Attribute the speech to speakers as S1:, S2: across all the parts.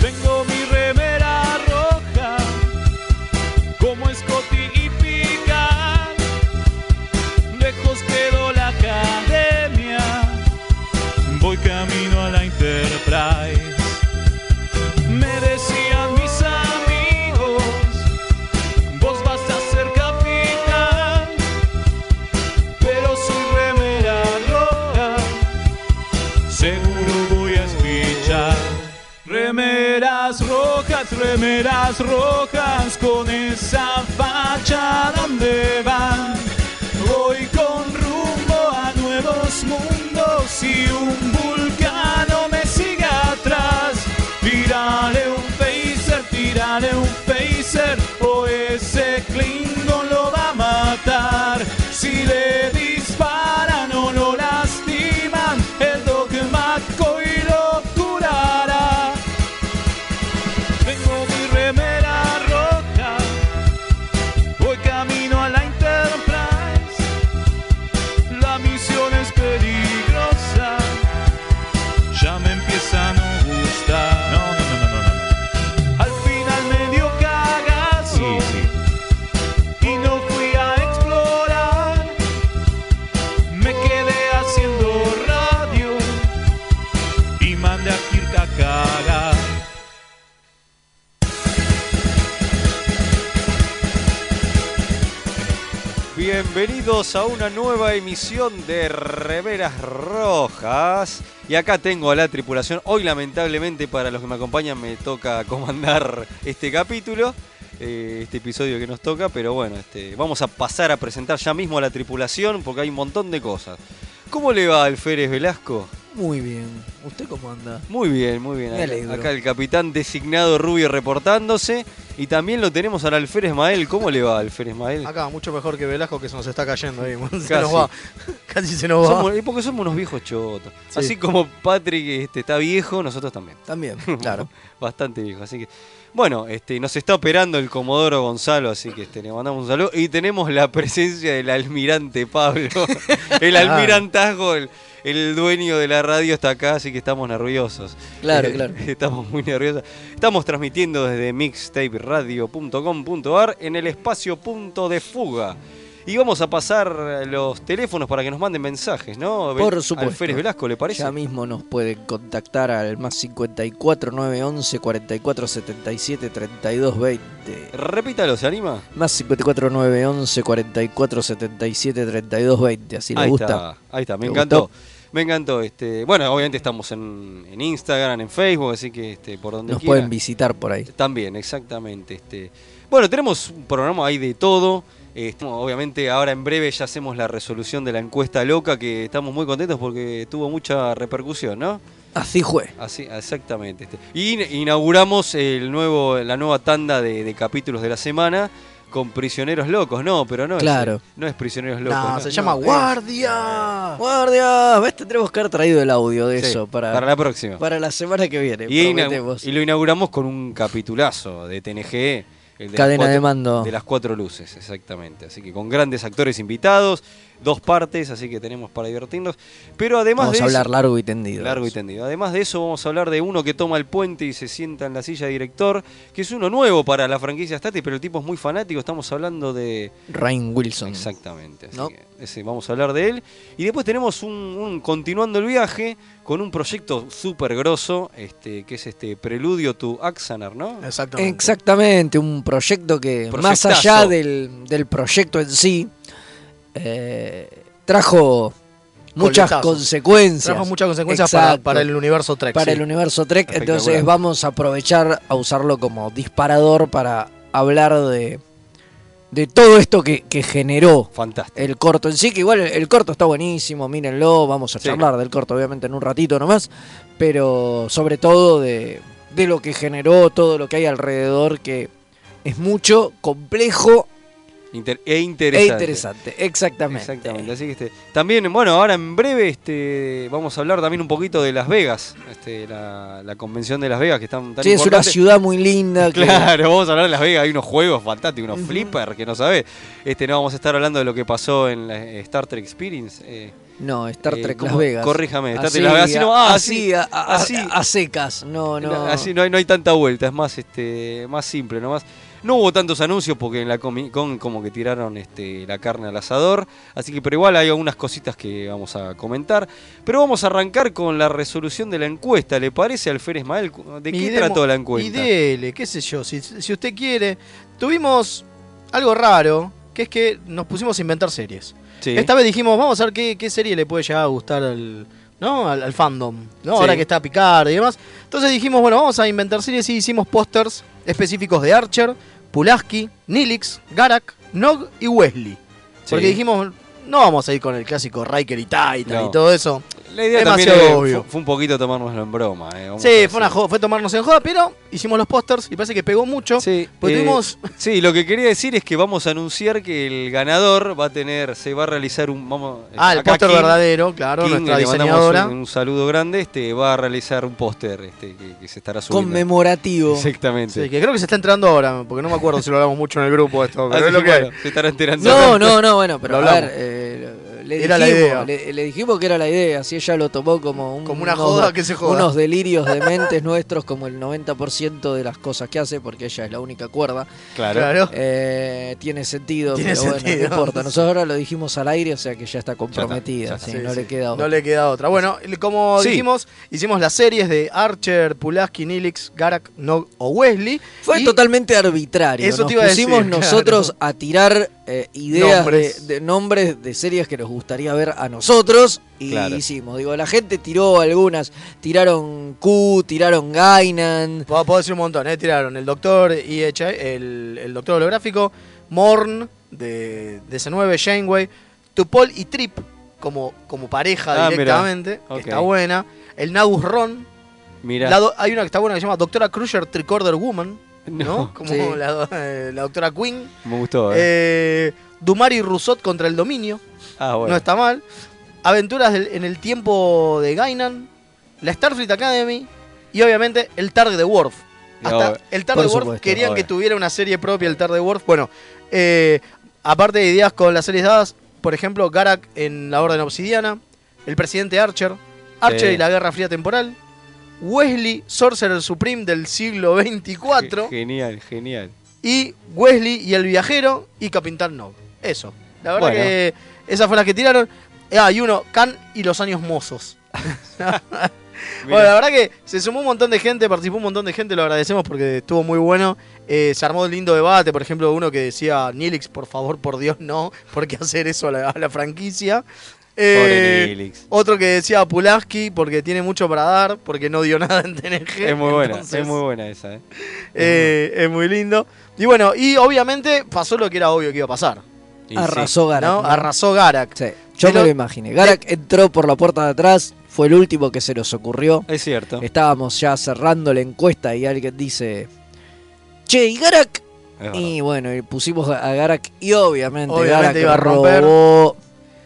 S1: Tengo mi remera roja, como Scotty y Picard. Lejos quedó la academia, voy camino a la Enterprise. Me decían mis amigos, vos vas a ser capitán, pero soy remera roja, seguro voy a escuchar. Remeras rojas, remeras rojas, con esa facha donde van. Voy con rumbo a nuevos mundos y un vulcano me sigue atrás. Tírale un phaser, tírale un phaser, o ese Klingon lo va a matar. Si le disparan o lo lastiman, el dogmático y lo curará. Tengo mi remera rota, voy camino a la Enterprise. La misión es peligrosa, ya me empieza a no gustar. No, no, no, no, no. no. Al final me dio cagazo y no fui a explorar. Me quedé haciendo radio y mandé a Kirk a cagar.
S2: Bienvenidos a una nueva emisión de Remeras Rojas. Y acá tengo a la tripulación. Hoy, lamentablemente, para los que me acompañan, me toca comandar este capítulo, eh, este episodio que nos toca. Pero bueno, este, vamos a pasar a presentar ya mismo a la tripulación porque hay un montón de cosas. ¿Cómo le va al Férez Velasco?
S3: Muy bien. ¿Usted cómo anda?
S2: Muy bien, muy bien.
S3: Me alegro.
S2: Acá, acá el capitán designado Rubio reportándose. Y también lo tenemos al Alférez Mael. ¿Cómo le va al Alférez Mael?
S4: Acá, mucho mejor que Velasco que se nos está cayendo ahí. Se
S2: Casi.
S4: nos va. Casi se nos va.
S2: Somos- y porque somos unos viejos chotos.
S4: Sí.
S2: Así como Patrick este, está viejo, nosotros también.
S3: También, claro.
S2: Bastante viejo. Así que. Bueno, este, nos está operando el Comodoro Gonzalo, así que este, le mandamos un saludo. Y tenemos la presencia del almirante Pablo. el
S3: Ah.
S4: Claro.
S2: almirantazgo, el, el dueño de la radio está acá, así que estamos nerviosos.
S3: Claro,
S2: Eh,
S3: claro.
S2: Estamos muy nerviosos. Estamos transmitiendo desde mixtaperadio.com.ar en el espacio Punto de Fuga. Y vamos a pasar los teléfonos para que nos manden mensajes, ¿no? Ve-
S3: Por supuesto.
S2: Alférez Velasco, ¿le parece?
S3: Ya mismo nos pueden contactar al más 54 911 44 77 32 20.
S2: Repítalo, ¿se anima?
S3: Más 54 911 44 77 32 20. Así le
S2: ahí
S3: gusta.
S2: está, ahí está, me
S3: ¿Le
S2: encantó.
S3: gustó?
S2: Me encantó. Este, bueno, obviamente estamos en, en Instagram, en Facebook, así que este, por donde
S3: Nos
S2: quiera. Este.
S3: pueden visitar por ahí.
S2: También, exactamente. Este. Bueno, tenemos un programa ahí de todo. Eh, estamos- obviamente ahora en breve ya hacemos la resolución de la encuesta loca, que estamos muy contentos porque tuvo mucha repercusión, ¿no?
S3: Así jue.
S2: Así, exactamente. este. Y in- inauguramos el nuevo, la nueva tanda de, de capítulos de la semana con Prisioneros Locos, no, pero no
S3: Claro.
S2: es, no es Prisioneros Locos.
S4: no,
S2: no,
S4: se
S2: no.
S4: llama
S2: Eh,
S4: Guardia.
S3: ¡Guardia! ¿Ves? Tendremos que haber traído el audio de
S2: Ah. sí,
S3: eso para,
S2: para la próxima.
S3: para la semana que viene.
S2: Y, ina-
S3: prometemos.
S2: y lo inauguramos con un capitulazo de TNG. el de las
S3: Cadena de
S2: cuatro-
S3: mando.
S2: De las cuatro luces, exactamente. Así que con grandes actores invitados, dos partes, así que tenemos para divertirnos. Pero además
S3: Vamos
S2: de
S3: a hablar
S2: eso,
S3: largo y tendido.
S2: largo y tendido. Además de eso, vamos a hablar de uno que toma el puente y se sienta en la silla de director, que es uno nuevo para la franquicia Static, pero el tipo es muy fanático. Estamos hablando de.
S3: Ryan Wilson.
S2: Exactamente. así
S3: ¿No?
S2: que ese, vamos a hablar de él. Y después tenemos un, un continuando el viaje con un proyecto súper grosso, este, que es este Preludio to Axanar, ¿no?
S4: Exactamente.
S3: Exactamente, un proyecto que más
S2: Proyectazo.
S3: allá del, del proyecto en sí, eh, trajo muchas
S4: Coletazos.
S3: consecuencias.
S4: Trajo muchas consecuencias para,
S3: Exacto,
S4: para el universo Trek.
S3: para
S4: sí.
S3: el universo Trek,
S2: Espectacular.
S3: entonces vamos a aprovechar a usarlo como disparador para hablar de, de todo esto que, que generó
S2: Fantástico.
S3: el corto en sí, que igual el, el corto está buenísimo, mírenlo, vamos a
S2: Sí.
S3: charlar del corto obviamente en un ratito nomás, pero sobre todo de, de lo que generó, todo lo que hay alrededor, que es mucho, complejo
S2: Inter- e interesante.
S3: Es interesante, exactamente.
S2: Exactamente. Así que este, también, bueno, ahora en breve este, vamos a hablar también un poquito de Las Vegas, este, la, la convención de Las Vegas que están tan
S3: Sí, es una
S2: importante.
S3: ciudad muy linda. que-
S2: Claro, vamos a hablar de Las Vegas, hay unos juegos fantásticos, unos flipper que no sabés. Este, no vamos a estar hablando de lo que pasó en la eh, Star Trek Experience. eh,
S3: No, Star
S2: Eh,
S3: Trek
S2: ¿cómo?
S3: Las Vegas.
S2: Corríjame, Star
S3: Así,
S2: Trek Las Vegas, así no- ah, así,
S3: así, a- a-
S2: así.
S3: a secas. No, no.
S2: Así no hay, no hay tanta vuelta, es más, este, más simple nomás. No hubo tantos anuncios porque en la Comic Con como que tiraron este, la carne al asador. Así que, pero igual hay algunas cositas que vamos a comentar. Pero vamos a arrancar con la resolución de la encuesta. ¿Le parece, Alfer Ismael? ¿De qué
S4: Y demo-
S2: trató la
S4: Y
S2: encuesta?
S4: dele, qué sé yo, si, si usted quiere. Tuvimos algo raro, que es que nos pusimos a inventar series.
S2: Sí.
S4: Esta vez dijimos, vamos a ver qué, qué serie le puede llegar a gustar al, ¿no? al, al fandom, ¿no?
S2: Sí.
S4: ahora que está Picard y demás. Entonces dijimos, bueno, vamos a inventar series y hicimos pósters específicos de Archer, Pulaski, Nilix, Garak, Nog y Wesley. Porque
S2: Sí.
S4: dijimos, no vamos a ir con el clásico Riker y Titan
S2: No.
S4: y todo eso.
S2: La idea
S4: Demasiado
S2: también eh,
S4: obvio.
S2: Fue, fue un poquito tomárnoslo en broma. eh, vamos a
S4: Sí,
S2: decir.
S4: fue, una jo- fue tomarnos en joda, pero hicimos los pósters y parece que pegó mucho.
S2: Sí,
S4: Porque
S2: eh,
S4: Pues tuvimos-
S2: sí, lo que quería decir es que vamos a anunciar que el ganador va a tener, se va a realizar un... Vamos,
S4: Ah, el
S2: eh, acá
S4: póster
S2: King-
S4: verdadero, claro,
S2: King,
S4: nuestra
S2: le mandamos
S4: diseñadora.
S2: Un, un saludo grande, este va a realizar un póster este, que, que se estará subiendo.
S3: Conmemorativo.
S2: Exactamente.
S4: Sí, que creo que se está entrando ahora, porque no me acuerdo si lo hablamos mucho en el grupo esto,
S2: Así
S4: pero es lo
S2: que,
S4: que hay.
S2: bueno, se estará enterando.
S3: No, no, no, bueno, pero
S4: Lo
S3: a ver,
S4: hablamos.
S3: eh, le,
S4: Era la idea.
S3: dijimos, le, le dijimos que era la idea, si ella lo tomó como, un-
S4: Como una
S3: unos-
S4: joda que se joda.
S3: Unos delirios de mentes nuestros, como el 90% de las cosas que hace, porque ella es la única cuerda.
S2: Claro.
S4: Claro.
S3: Eh, tiene sentido,
S4: Tiene
S3: pero bueno,
S4: sentido.
S3: no importa. Nosotros ahora lo dijimos al aire, o sea que ya está
S2: ya
S3: comprometida,
S2: está.
S3: sí,
S4: Sí,
S3: no
S4: sí.
S3: le queda otra.
S4: No le queda otra. Bueno, el- como
S2: Sí.
S4: dijimos, hicimos las series de Archer, Pulaski, Nilix, Garak, Nog o Wesley.
S3: Fue
S4: Y-
S3: totalmente arbitrario.
S4: Eso
S3: nos
S4: te iba a decir,
S3: pusimos
S4: claro.
S3: nosotros a tirar eh, ideas
S4: Nombres.
S3: De, de nombres de series que nos gustaría ver a nosotros y
S2: Claro.
S3: hicimos. Digo, la gente tiró algunas, tiraron Q, tiraron Gainan.
S4: Puedo, puedo decir un montón, ¿eh? Tiraron el doctor y el, el doctor holográfico, Morn de DC9, Janeway, Tupol y Trip como, como pareja
S2: Ah,
S4: directamente,
S2: mirá.
S4: que
S2: Ok.
S4: está buena. El Nagus Ron,
S2: Mirá.
S4: La do- hay una que está buena que se llama Doctora Crusher Tricorder Woman, ¿no?
S2: No,
S4: Como
S3: Sí.
S4: la, do- eh, la Doctora Queen.
S2: me gustó. eh.
S4: Eh, Dumari Rousseau contra el dominio,
S2: ah, bueno.
S4: no está mal. Aventuras del- en el tiempo de Gainan, la Starfleet Academy y obviamente el Targ de Worf.
S2: Mirá,
S4: Hasta
S2: obvio.
S4: el Targ
S3: Por
S4: de Worf
S3: supuesto,
S4: querían
S2: obvio.
S4: que tuviera una serie propia el Targ de Worf. Bueno, eh, aparte de ideas con las series dadas, por ejemplo, Garak en la Orden Obsidiana, el presidente Archer, Archer
S2: Sí.
S4: y la Guerra Fría Temporal, Wesley, Sorcerer Supreme del siglo
S2: Ge-
S4: 24
S2: Genial, genial.
S4: y Wesley y el viajero y Capitán Nob. Eso. La verdad
S2: Bueno.
S4: que esas fueron las que tiraron. Ah, y uno, Khan y los años mozos. Bueno, la
S2: Mirá.
S4: verdad que se sumó un montón de gente, participó un montón de gente, lo agradecemos porque estuvo muy bueno. Eh, se armó un lindo debate, por ejemplo, uno que decía, Nilix, por favor, por Dios, no, ¿por qué hacer eso a la, a la franquicia?
S2: Pobre
S4: Eh,
S2: Nelix.
S4: otro que decía Pulaski porque tiene mucho para dar, porque no dio nada en TNG.
S2: Es muy buena,
S4: Entonces,
S2: es muy buena esa. eh.
S4: eh, es muy lindo. Y bueno, y obviamente pasó lo que era obvio que iba a pasar.
S2: Y
S4: ah,
S2: sí.
S3: Arrasó Garak.
S4: ¿no?
S3: ¿no?
S4: Arrasó Garak.
S3: Sí, yo
S4: Pero-
S3: me lo imaginé. Garak entró por la puerta de atrás, fue el último que se nos ocurrió.
S2: Es cierto.
S3: Estábamos ya cerrando la encuesta y alguien dice: Che, ¿y Garak?
S2: es verdad.
S3: Y bueno, y pusimos a Garak y obviamente,
S4: Obviamente
S3: Garak
S4: iba a romper.
S3: robó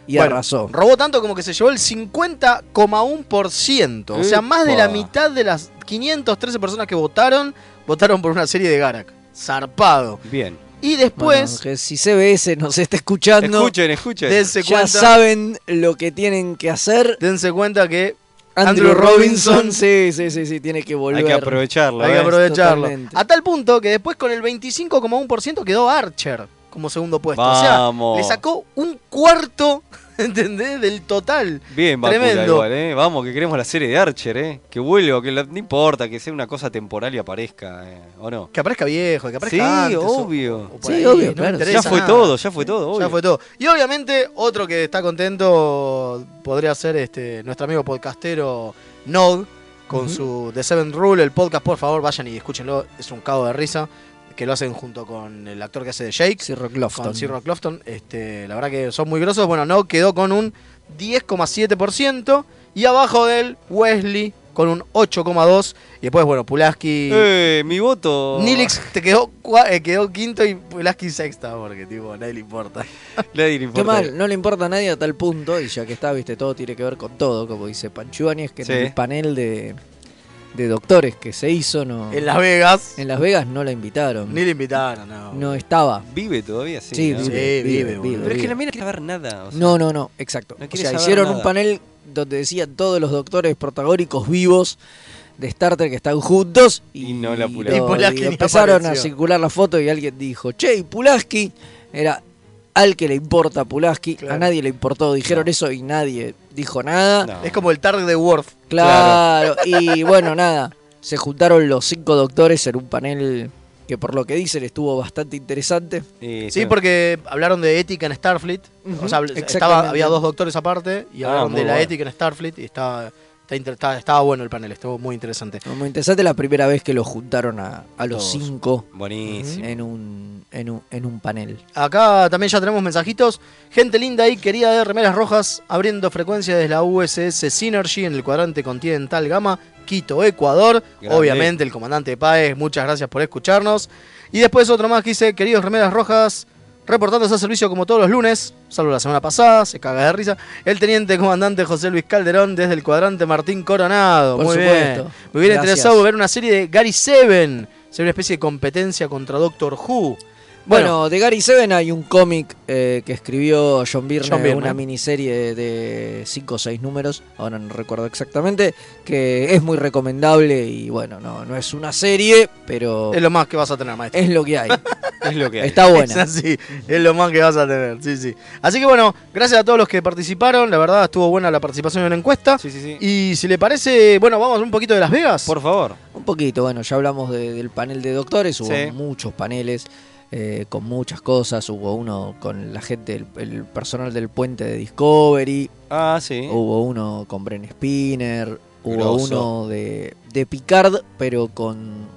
S3: y
S4: Bueno,
S3: arrasó.
S4: Robó tanto como que se llevó el 50,1%. O sea, más de la
S2: Epa.
S4: mitad de las 513 personas que votaron, votaron por una serie de Garak. Zarpado.
S2: Bien.
S4: Y
S3: Bueno,
S4: después,
S3: que si CBS nos está escuchando,
S2: Escuchen, escuchen.
S4: dense,
S3: ya
S4: cuenta,
S3: saben lo que tienen que hacer.
S4: dense cuenta que
S3: Andrew,
S4: Andrew
S3: Robinson,
S4: Robinson.
S3: sí, sí, sí, sí, tiene que volver.
S2: Hay que aprovecharlo.
S4: hay que
S2: eh.
S4: aprovecharlo.
S3: totalmente.
S4: A tal punto que después con el 25,1% quedó Archer como segundo puesto. O
S2: Vamos.
S4: sea, le sacó un cuarto, ¿entendés? Del total.
S2: Bien, Bakula,
S4: Tremendo.
S2: igual, ¿eh? Vamos, que queremos la serie de Archer, ¿eh? Que vuelva, que la- no importa, que sea una cosa temporal y aparezca, ¿eh? ¿O no?
S4: Que aparezca viejo, que aparezca
S2: Sí,
S4: antes, o-
S2: obvio.
S4: o por
S3: Sí, obvio,
S4: me
S3: claro.
S4: interesa
S2: Ya fue
S4: nada.
S2: todo, ya fue todo,
S4: Ya
S2: obvio.
S4: fue todo. Y obviamente, otro que está contento podría ser este nuestro amigo podcastero Nog, con su The Seven Rule, el podcast, por favor, vayan y escúchenlo, es un cago de risa, que lo hacen junto con el actor que hace de Jake,
S3: Cyril
S4: con
S3: Lofton.
S4: Cyril Clofton. Este, la verdad que son muy grosos. Bueno, Nog quedó con un 10,7%, y abajo de él, Wesley, con un 8,2. Y después, bueno, Pulaski.
S2: Eh, mi voto.
S4: Nilix te quedó, cua- eh, quedó quinto y Pulaski sexta, porque tipo, a nadie le importa.
S2: Nadie le
S3: Qué
S2: importa.
S3: mal, no le importa a nadie a tal punto, y ya que está, viste, todo tiene que ver con todo, como dice Panchuani, es que
S2: Sí.
S3: en el panel de, de doctores que se hizo, no,
S4: En Las Vegas,
S3: en Las Vegas no la invitaron.
S4: ni le invitaron, no.
S3: no estaba.
S2: Vive todavía, sí.
S3: Sí,
S2: ¿no?
S4: Sí,
S3: vive,
S4: vive,
S3: vive,
S4: boludo.
S3: vive,
S2: Pero es que la
S3: vive.
S2: mina no quiere ver nada. o sea.
S3: No, no, no, exacto.
S2: no
S3: o
S2: quiere
S3: sea,
S2: saber
S3: hicieron un
S2: nada.
S3: panel donde decía todos los doctores protagónicos vivos de Star Trek que están juntos y,
S2: Y no la Pulaski.
S4: Y
S3: y
S4: Pulaski
S3: y
S4: ni
S3: empezaron a
S4: apareció.
S3: circular la foto y alguien dijo, che, y Pulaski era al que le importa Pulaski,
S4: Claro.
S3: a nadie le importó, dijeron
S2: No.
S3: eso y nadie dijo nada.
S2: No.
S4: Es como el Target de Worf.
S3: Claro, y bueno, nada, se juntaron los cinco doctores en un panel que por lo que dicen estuvo bastante interesante.
S2: Eh,
S4: Sí,
S2: claro.
S4: porque hablaron de ética en Starfleet.
S3: Ujú,
S4: O sea,
S3: exactamente.
S4: estaba, había dos doctores aparte y
S2: Ah,
S4: hablaron
S2: muy
S4: de la
S2: bueno.
S4: ética en Starfleet y estaba, está inter- está- estaba bueno el panel, estuvo muy interesante.
S3: Muy interesante la primera vez que los juntaron a, a los
S4: Todos.
S3: cinco.
S2: Buenísimo.
S3: en un, en un, en un panel.
S4: Acá también ya tenemos mensajitos. Gente linda y querida de Remeras Rojas, abriendo frecuencia desde la USS Synergy en el cuadrante continental Gama, Quito, Ecuador.
S2: Grande.
S4: Obviamente, el comandante Páez, muchas gracias por escucharnos. Y después otro más que dice, queridos Remeras Rojas, reportándose a servicio como todos los lunes, salvo la semana pasada, se caga de risa, el teniente comandante José Luis Calderón desde el cuadrante Martín Coronado.
S3: Por
S4: Muy
S3: supuesto.
S4: bien. Me hubiera
S3: Gracias.
S4: interesado ver una serie de Gary Seven. Sería una especie de competencia contra Doctor Who.
S3: Bueno, de Gary Seven hay un cómic eh, que escribió John Byrne,
S4: John Byrne. ¿eh?
S3: una miniserie de 5 o 6 números, ahora no recuerdo exactamente, que es muy recomendable y bueno, no, no es una serie, pero
S4: Es lo más que vas a tener, maestro.
S3: es lo que hay.
S2: Es lo que hay.
S3: Está
S4: Es
S3: buena.
S4: así, es lo más que vas a tener. Sí, sí. Así que bueno, gracias a todos los que participaron. La verdad, estuvo buena la participación en la encuesta.
S2: Sí, sí, sí.
S4: Y si le parece, bueno, vamos un poquito de Las Vegas.
S2: Por favor.
S3: Un poquito, bueno, ya hablamos de- del panel de doctores, hubo
S2: Sí.
S3: muchos paneles. eh, con muchas cosas, hubo uno con la gente, el- el personal del puente de Discovery,
S2: Ah, sí.
S3: Hubo uno con Bren Spinner, hubo
S2: Grosso.
S3: uno de, de Picard, pero con,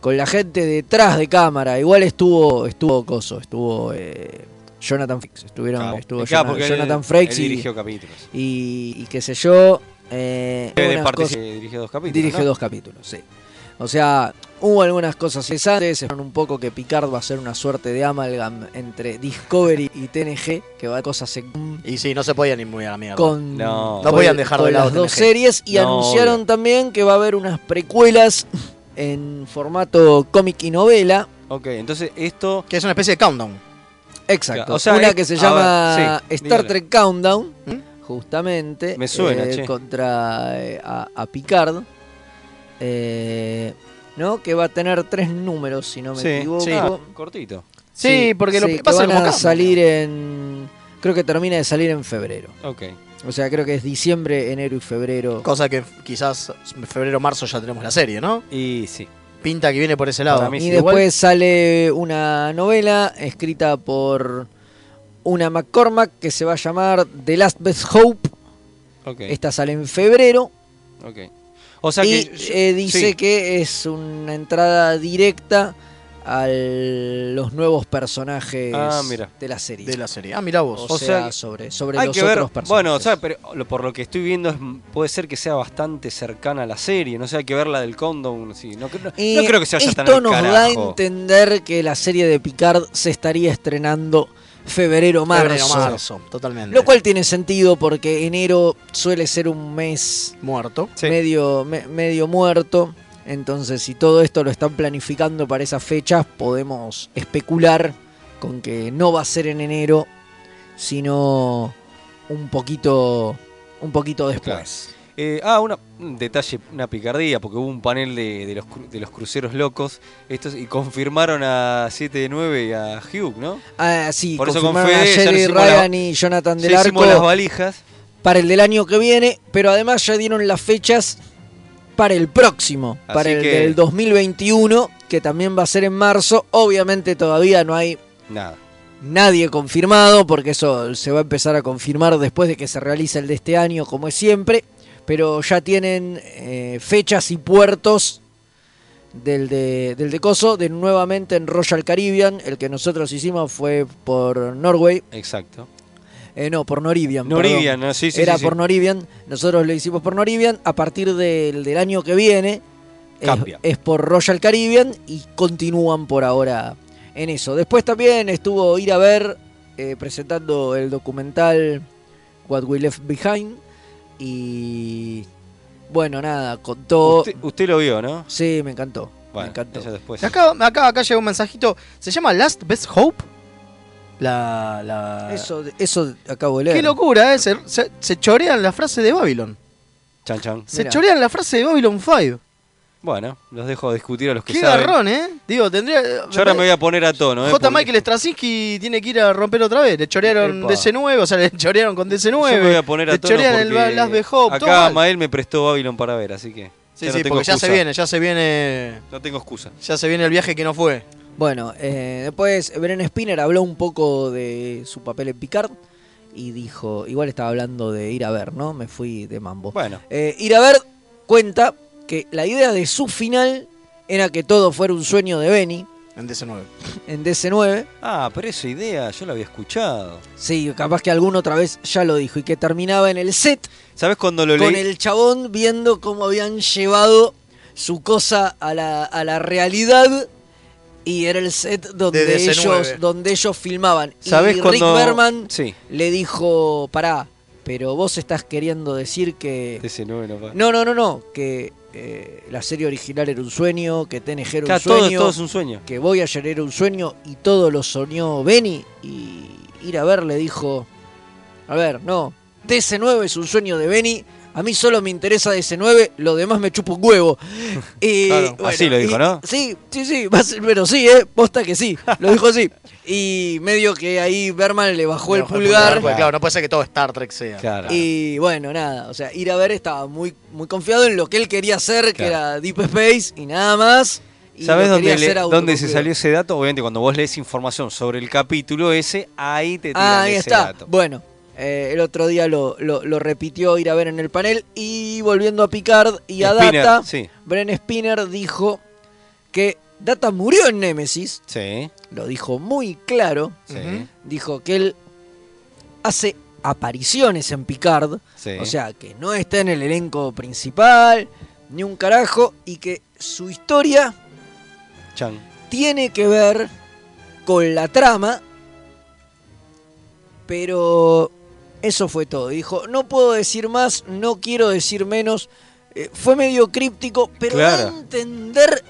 S3: con la gente detrás de cámara. Igual estuvo, estuvo Coso, estuvo eh, Jonathan Frakes, estuvieron,
S2: Claro.
S3: estuvo
S2: Y claro,
S3: Jona-
S2: porque él-
S3: Jonathan
S2: él
S3: Frakes y,
S2: dirigió capítulos.
S3: y- y qué sé yo.
S2: Eh,
S3: eh,
S2: de
S3: algunas
S2: parte-
S3: cosas-
S2: Dirige dos capítulos.
S3: dirige
S2: ¿no?
S3: dos capítulos, sí. O sea, hubo algunas cosas interesantes, esperaron un poco que Picard va a ser una suerte de amalgam entre Discovery y TNG, que va a cosas en común
S4: Y sí, no se podían ir muy a la mierda.
S3: con,
S2: No. No
S3: con-
S4: podían dejar de
S3: con
S4: lado
S3: las dos
S4: TNG.
S3: series y
S2: No,
S3: anunciaron
S2: obvio.
S3: también que va a haber unas precuelas en formato cómic y novela.
S2: Ok, entonces esto.
S4: Que es una especie de countdown.
S3: Exacto.
S2: O sea,
S3: una
S2: es-
S3: que se
S2: a
S3: llama
S2: ver, sí,
S3: Star
S2: dígale.
S3: Trek Countdown,
S4: ¿Mm?
S3: justamente. eh,
S2: Me suena, che.
S3: Contra eh, a, a Picard. eh, ¿No? Que va a tener tres números, si no me
S2: Sí,
S3: equivoco.
S4: sí.
S2: Ah, cortito.
S4: Sí, porque lo
S3: sí,
S4: pasa
S3: que van
S4: como
S3: a
S4: countdown.
S3: salir en. Creo que termina de salir en febrero.
S2: Ok.
S3: O sea, creo que es diciembre, enero y febrero.
S4: Cosa que quizás en febrero marzo ya tenemos la serie, ¿no?
S2: Y sí.
S4: Pinta que viene por ese lado.
S2: Para mí
S3: Y
S2: sí.
S3: después sale una novela escrita por una McCormack que se va a llamar The Last Best Hope.
S2: Ok.
S3: Esta sale en febrero.
S2: ok. O sea
S3: y
S2: que. yo-
S3: eh, dice
S2: sí.
S3: que es una entrada directa a los nuevos personajes
S2: Ah, mira.
S3: de la serie.
S4: De la serie. Ah, mirá vos.
S3: o,
S2: o
S3: sea,
S2: sea,
S3: sobre, sobre
S2: Hay
S3: los
S2: que ver.
S3: otros personajes.
S2: Bueno, o sea, pero lo- por lo que estoy viendo es, puede ser que sea bastante cercana a la serie. No sé, hay que ver la del condom. Sí. No, cre- no-
S3: Y
S2: no creo que se vaya
S3: Eh, esto
S2: tan al
S3: nos
S2: carajo.
S3: da a entender que la serie de Picard se estaría estrenando febrero-marzo.
S4: Febrero, marzo. Totalmente.
S3: Lo cual tiene sentido porque enero suele ser un mes
S4: Muerto.
S2: Sí.
S3: medio, me- medio muerto. Entonces, si todo esto lo están planificando para esas fechas, podemos especular con que no va a ser en enero, sino un poquito, un poquito después.
S2: Eh, ah, una- un detalle, una picardía, porque hubo un panel de, de los, cru- de los cruceros locos estos, y confirmaron a 79 y a Hugh, ¿no?
S3: Ah, sí,
S2: Por eso con
S3: confirmaron a
S2: Fede ya le
S3: Jerry
S2: hicimos la-
S3: Ryan y Jonathan del
S2: Ya hicimos las
S3: Arco
S2: valijas.
S3: para el del año que viene, pero además ya dieron las fechas para el próximo,
S2: Así
S3: para el
S2: que-
S3: del 2021, que también va a ser en marzo. Obviamente todavía no hay
S2: Nada.
S3: nadie confirmado, porque eso se va a empezar a confirmar después de que se realice el de este año, como es siempre, pero ya tienen eh, fechas y puertos del de, del de Coso, de nuevamente en Royal Caribbean, el que nosotros hicimos fue por Norway,
S2: Exacto.
S3: Eh, no, por Noribian. perdón.
S2: Noribian, ¿no? sí, sí.
S3: Era
S2: sí, sí.
S3: por Noribian. Nosotros lo hicimos por Noribian. A partir del, del año que viene es,
S2: Cambia.
S3: es por Royal Caribbean y continúan por ahora en eso. Después también estuvo ir a ver eh, presentando el documental What We Left Behind. Y bueno, nada, contó.
S2: Usted, usted lo vio, ¿no?
S3: Sí, me encantó. me
S2: Bueno,
S3: encantó.
S2: eso después.
S4: De Acá, acá, acá llega un mensajito. Se llama Last Best Hope. La. la...
S3: Eso, eso acabo de leer.
S4: Qué locura, ¿eh? Se, se- se chorean la frase de Babylon.
S2: Chan, chan.
S4: Se
S3: Mirá.
S4: chorean la frase de Babylon 5.
S2: Bueno, los dejo discutir a los que
S4: Qué
S2: saben.
S4: garrón, ¿eh? Digo, tendría.
S2: Yo ahora me voy a poner a tono, ¿eh?
S4: J.
S2: porque
S4: Michael Straczynski tiene que ir a romper otra vez. Le chorearon
S3: Epa.
S4: DC9, o sea, le chorearon con DC9.
S2: Yo me voy a poner a
S4: le
S2: tono
S4: chorean el
S2: porque
S4: Ba- Last Best Hope. todo
S2: Acá
S4: mal.
S2: Mael me prestó Babylon para ver, así que. ya
S4: Sí,
S2: no
S4: sí,
S2: tengo
S4: porque ya
S2: excusa.
S4: se viene, ya se viene.
S2: No tengo excusa.
S4: Ya se viene el viaje que no fue.
S3: Bueno, eh, después Bren Spinner habló un poco de su papel en Picard y dijo, igual estaba hablando de ir a ver, ¿no? Me fui de mambo.
S2: Bueno,
S3: Eh, ir a ver cuenta que la idea de su final era que todo fuera un sueño de Benny
S4: En DC9.
S3: en DC9.
S2: ah, pero esa idea yo la había escuchado.
S3: Sí, capaz que alguna otra vez ya lo dijo y que terminaba en el set
S2: ¿Sabes cuando lo
S3: con
S2: leí?
S3: el chabón viendo cómo habían llevado su cosa a la, a la realidad y era el set donde,
S4: De DC9.
S3: ellos, donde ellos filmaban.
S2: ¿Sabes
S3: y
S2: cuando-
S3: Rick Berman
S2: Sí.
S3: le dijo, pará, pero vos estás queriendo decir que...
S2: Ese no, no, pa.
S3: No, no, no, no, que eh, la serie original era un sueño, que TNG era un
S2: Claro, todo,
S3: sueño,
S2: todo es un sueño.
S3: que Voyager era un sueño y todo lo soñó Benny y ir a ver le dijo, a ver, no, DC9 es un sueño de Benny, a mí solo me interesa DC9, lo demás me chupa un huevo. Y,
S4: Claro,
S2: así lo dijo,
S3: y-
S2: ¿no?
S3: Sí, sí, sí, más- pero sí, eh, posta que sí, lo dijo así. Y medio que ahí Berman le bajó el
S4: No, porque,
S3: pulgar.
S4: Claro. no puede ser que todo Star Trek sea.
S2: Claro.
S3: Y bueno, nada, o sea, ir a ver estaba muy, muy confiado en lo que él quería hacer, que
S2: Claro.
S3: era Deep Space y nada más. y
S2: ¿Sabes
S3: lo
S2: dónde,
S3: quería
S2: le-
S3: hacer
S2: dónde se
S3: autoconcluido.
S2: salió ese dato? Obviamente, cuando vos lees información sobre el capítulo ese, ahí te tiran
S3: Ah, ahí
S2: ese
S3: está.
S2: dato.
S3: Bueno, eh, el otro día lo, lo- lo repitió ir a ver en el panel y volviendo a Picard y a
S2: Spinner,
S3: Data,
S2: Sí,
S3: Bren Spinner dijo que Data murió en Nemesis,
S2: sí,
S3: lo dijo muy claro,
S2: sí.
S4: Ujú.
S3: dijo que él hace apariciones en Picard,
S2: sí.
S3: O sea, que no está en el elenco principal, ni un carajo, y que su historia
S2: Chan.
S3: tiene que ver con la trama, pero eso fue todo. Dijo, no puedo decir más, no quiero decir menos. Eh, fue medio críptico, pero da
S2: Claro.
S3: a entender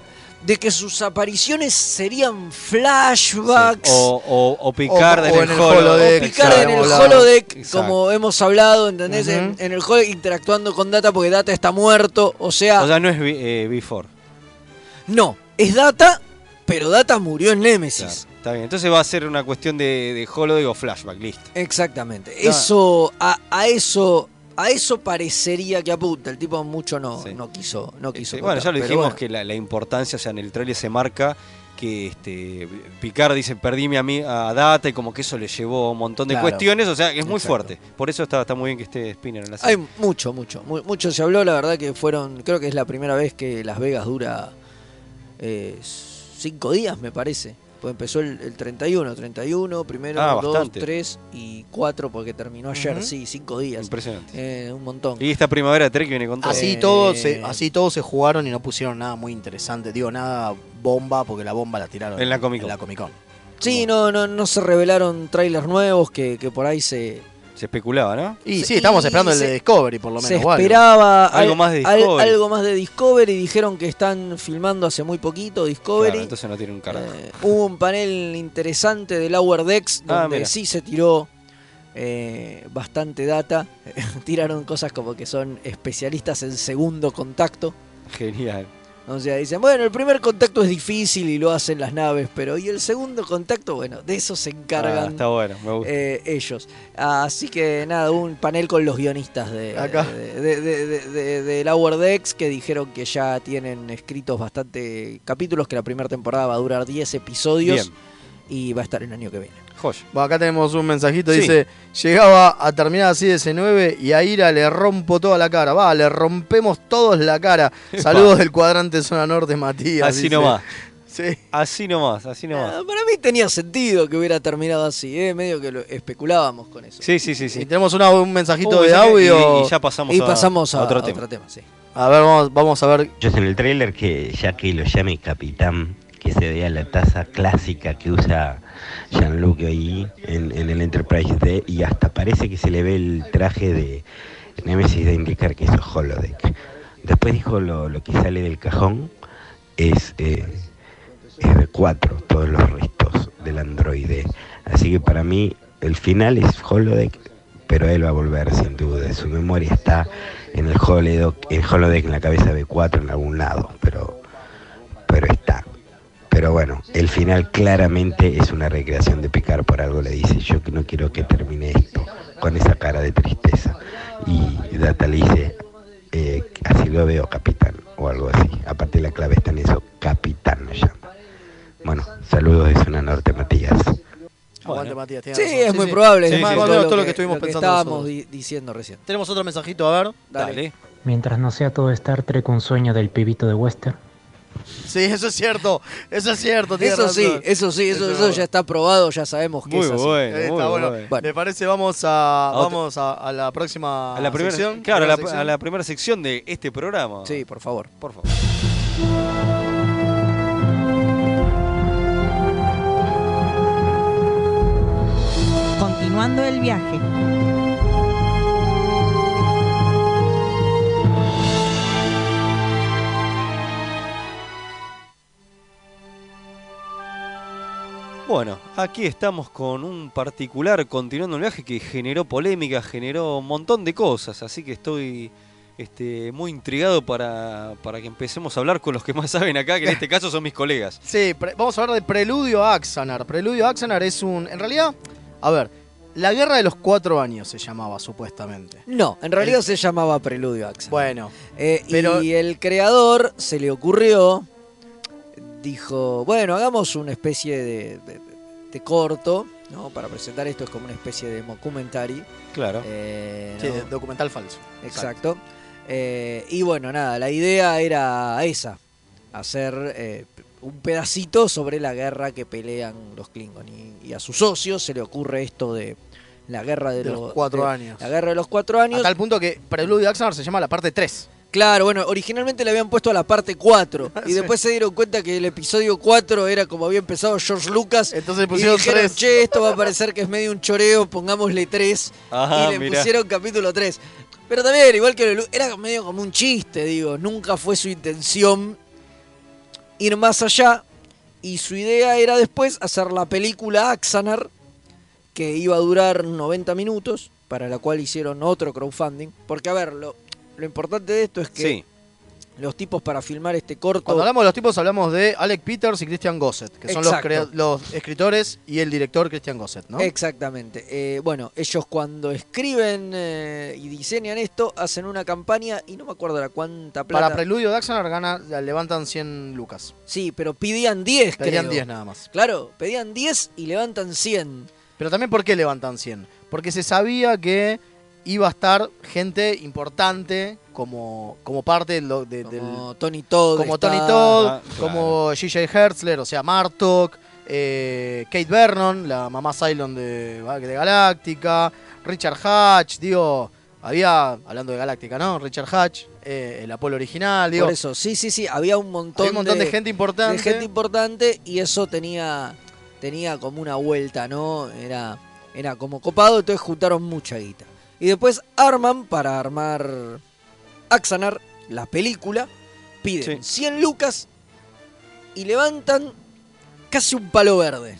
S3: de que sus apariciones serían flashbacks.
S2: O, o, o Picard
S4: O-
S2: en
S4: o
S2: el,
S4: en el
S2: holodeck.
S4: holodeck,
S3: Picard
S2: Exacto.
S3: en el
S4: hablado.
S3: holodeck,
S2: Exacto.
S3: como hemos hablado, ¿entendés?
S4: Ujú.
S3: en, en el holodeck interactuando con Data porque Data está muerto. O sea,
S2: O sea, no es bi- eh, Before.
S3: no, es Data, pero Data murió en
S2: Claro,
S3: Nemesis.
S2: Está bien. Entonces va a ser una cuestión de, de holodeck o flashback. Listo.
S3: Exactamente.
S2: No.
S3: Eso, a, a eso, a eso parecería que apunta. El tipo mucho no,
S2: Sí.
S3: no quiso, no quiso.
S2: Este, bueno, ya
S3: contar,
S2: lo
S3: pero
S2: dijimos
S3: bueno.
S2: que la, la importancia, o sea, en el trailer se marca que este, Picard dice perdíme a, mí, a Data y como que eso le llevó a un montón de
S3: Claro.
S2: cuestiones, o sea, que es muy
S3: Exacto.
S2: fuerte. Por eso está, está muy bien que esté Spinner en la serie.
S3: Hay mucho, mucho, mu- mucho se habló, la verdad que fueron, creo que es la primera vez que Las Vegas dura eh, cinco días, me parece. Pues empezó el, el 31, 31, primero,
S2: Ah,
S3: dos,
S2: bastante.
S3: tres y cuatro, porque terminó ayer,
S4: Ujú.
S3: sí, cinco días.
S2: Impresionante.
S3: Eh, un montón.
S2: Y esta primavera de Trek viene con todo.
S4: Así
S3: Eh.
S4: todos se, así todos se jugaron y no pusieron nada muy interesante. Digo, nada bomba, porque la bomba la tiraron
S2: En la Comic Con.
S4: Con.
S3: Sí, no, no, no se revelaron trailers nuevos que, que por ahí se,
S2: Se especulaba, ¿no?
S4: Y sí,
S3: Sí,
S4: estamos esperando el
S3: se-
S4: de Discovery, por lo menos.
S3: se
S4: o algo.
S3: esperaba
S2: Algo más de Discovery.
S3: algo más de Discovery, dijeron que están filmando hace muy poquito Discovery.
S2: Claro, entonces no tiene un carajo.
S3: Eh, hubo un panel interesante de Lower Decks
S2: Ah,
S3: donde
S2: mira.
S3: sí se tiró eh, bastante data. Tiraron cosas como que son especialistas en segundo contacto.
S2: Genial.
S3: O sea, dicen, bueno, el primer contacto es difícil y lo hacen las naves, pero ¿y el segundo contacto? Bueno, de eso se
S2: Ah,
S3: encargan
S2: está bueno, me gusta.
S3: eh, ellos. Así que nada, hubo un panel con los guionistas de,
S4: Acá.
S3: de, de- de- de- de- de Lower Decks que dijeron que ya tienen escritos bastante capítulos, que la primera temporada va a durar 10 episodios
S2: Bien,
S3: y va a estar el año que viene.
S2: joya.
S4: Bueno, acá tenemos un mensajito,
S2: Sí.
S4: dice, llegaba a terminar así DC9 y a Ira le rompo toda la cara. Va, le rompemos todos la cara. Saludos del cuadrante zona norte, Matías.
S2: Así
S4: dice.
S2: nomás.
S4: Sí.
S2: Así nomás, así
S3: Ah,
S2: nomás.
S3: para mí tenía sentido que hubiera terminado así, ¿eh? medio que lo especulábamos con eso.
S2: Sí, sí, sí,
S4: Y
S2: sí.
S4: tenemos una- un mensajito
S2: Uy,
S4: de
S2: ya que- y-
S4: audio.
S2: Y, ya pasamos,
S3: y
S2: a,
S3: pasamos a,
S2: a otro
S3: a
S2: tema.
S3: sí.
S4: A ver, vamos, vamos a ver.
S5: Yo en el tráiler que ya que lo llame capitán, que se vea la taza clásica que usa Jean-Luc ahí en, en el Enterprise D y hasta parece que se le ve el traje de Nemesis de indicar que eso es holodeck. Después dijo lo, lo que sale del cajón es, eh, es de cuatro todos los restos del androide. Así que para mí el final es holodeck, pero él va a volver sin duda. Su memoria está en el holodeck, el holodeck en la cabeza de 4 en algún lado, pero, pero está. Pero bueno, el final claramente es una recreación de Picard por algo le dice, yo no quiero que termine esto, con esa cara de tristeza. Y Data le dice, eh, así lo veo, capitán, o algo así. Aparte la clave está en eso, capitán lo llama. Bueno, saludos de Zona Norte, Matías.
S4: Aguante, Matías. tenés
S3: Sí,
S4: razón.
S3: es muy probable.
S2: Sí,
S3: es más,
S2: sí,
S3: todo,
S4: todo
S3: lo
S4: lo
S3: que,
S4: que estuvimos pensando
S3: estábamos
S4: nosotros.
S3: di- diciendo recién.
S4: Tenemos otro mensajito, a ver.
S3: Dale.
S2: Dale.
S6: Mientras no sea todo Star Trek un sueño del pibito de Western.
S4: Sí, eso es cierto. Eso es cierto. tenés
S3: Eso sí,
S4: razón.
S3: eso sí, eso,
S4: Eso-
S3: eso ya está probado, ya sabemos que
S2: Muy
S3: es así.
S2: bueno,
S4: Eh,
S2: muy
S4: está bueno.
S2: bueno.
S3: Bueno.
S4: Me parece, vamos a,
S2: otra-
S4: vamos a, a la próxima
S2: A la primera,
S4: sección.
S2: claro, a la,
S4: Primera
S2: a
S4: sección.
S2: la primera sección de este programa.
S4: Ah.
S3: Sí, por favor.
S2: por favor.
S7: Continuando el viaje.
S2: Bueno, aquí estamos con un particular continuando el viaje que generó polémica, generó un montón de cosas, así que estoy este, muy intrigado para, para que empecemos a hablar con los que más saben acá, que en este caso son mis colegas.
S4: Sí, pre- vamos a hablar de Preludio a Axanar. Preludio a Axanar es un. En realidad, a ver, La Guerra de los Cuatro Años se llamaba supuestamente.
S3: No, en realidad
S4: El-
S3: se llamaba Preludio Axel.
S4: Bueno,
S3: Eh,
S4: pero-
S3: Y el creador se le ocurrió, dijo, bueno, hagamos una especie de, de- de corto, ¿no? Para presentar esto es como una especie de mockumentary.
S2: Claro.
S3: eh,
S4: sí,
S3: ¿no?
S4: documental falso.
S3: Exacto. Eh, y bueno, nada, la idea era esa, hacer eh, un pedacito sobre la guerra que pelean los Klingon. Y, y a sus socios se le ocurre esto de la guerra de,
S4: De los
S3: lo-
S4: cuatro
S3: de-
S4: años.
S3: La guerra de los cuatro años.
S4: A tal punto que Preludio a Axanar se llama la parte 3.
S3: Claro, bueno, originalmente le habían puesto a la parte 4 y
S4: Sí.
S3: después se dieron cuenta que el episodio 4 era como había empezado George Lucas.
S4: Entonces le
S3: Y
S4: pusieron
S3: dijeron,
S4: 3.
S3: che, esto va a parecer que es medio un choreo, pongámosle 3.
S2: Ajá,
S3: y le
S2: mirá.
S3: pusieron capítulo 3. Pero también, igual que Lelú, era medio como un chiste, digo. Nunca fue su intención ir más allá. Y su idea era después hacer la película Axanar, que iba a durar 90 minutos, para la cual hicieron otro crowdfunding. Porque, a ver, lo, lo importante de esto es que
S2: Sí,
S3: los tipos para filmar este corto...
S4: Cuando hablamos de los tipos, hablamos de Alec Peters y Christian Gossett, que son los,
S3: Exacto.
S4: crea- los escritores y el director Christian Gossett, ¿no?
S3: Exactamente. Eh, bueno, ellos cuando escriben eh, y diseñan esto, hacen una campaña y no me acuerdo la cuánta plata.
S4: Para Preludio de Axanar gana, levantan 100 lucas.
S3: sí, pero pedían 10,
S4: Pedían
S3: creo.
S4: 10 nada más.
S3: Claro, pedían 10 y levantan 100.
S4: Pero también, ¿por qué levantan 100? Porque se sabía que iba a estar gente importante como, como parte de lo- de- del.
S3: Como Tony Todd.
S4: como
S3: está-
S4: Tony Todd,
S2: Ah, claro.
S4: como G.J. Hertzler, o sea, Martok, eh, Kate Vernon, la mamá Cylon de, ah, de Galáctica, Richard Hatch, digo. Había, hablando de Galáctica, ¿no? Richard Hatch, eh, el Apolo original, digo.
S3: Por eso, sí, sí, sí. Había un montón,
S4: había un montón de, gente importante.
S3: de gente importante y eso tenía, tenía como una vuelta, ¿no? Era, era como copado, entonces juntaron mucha guita. Y después arman para armar Axanar, la película, piden 100 lucas y levantan casi un palo verde.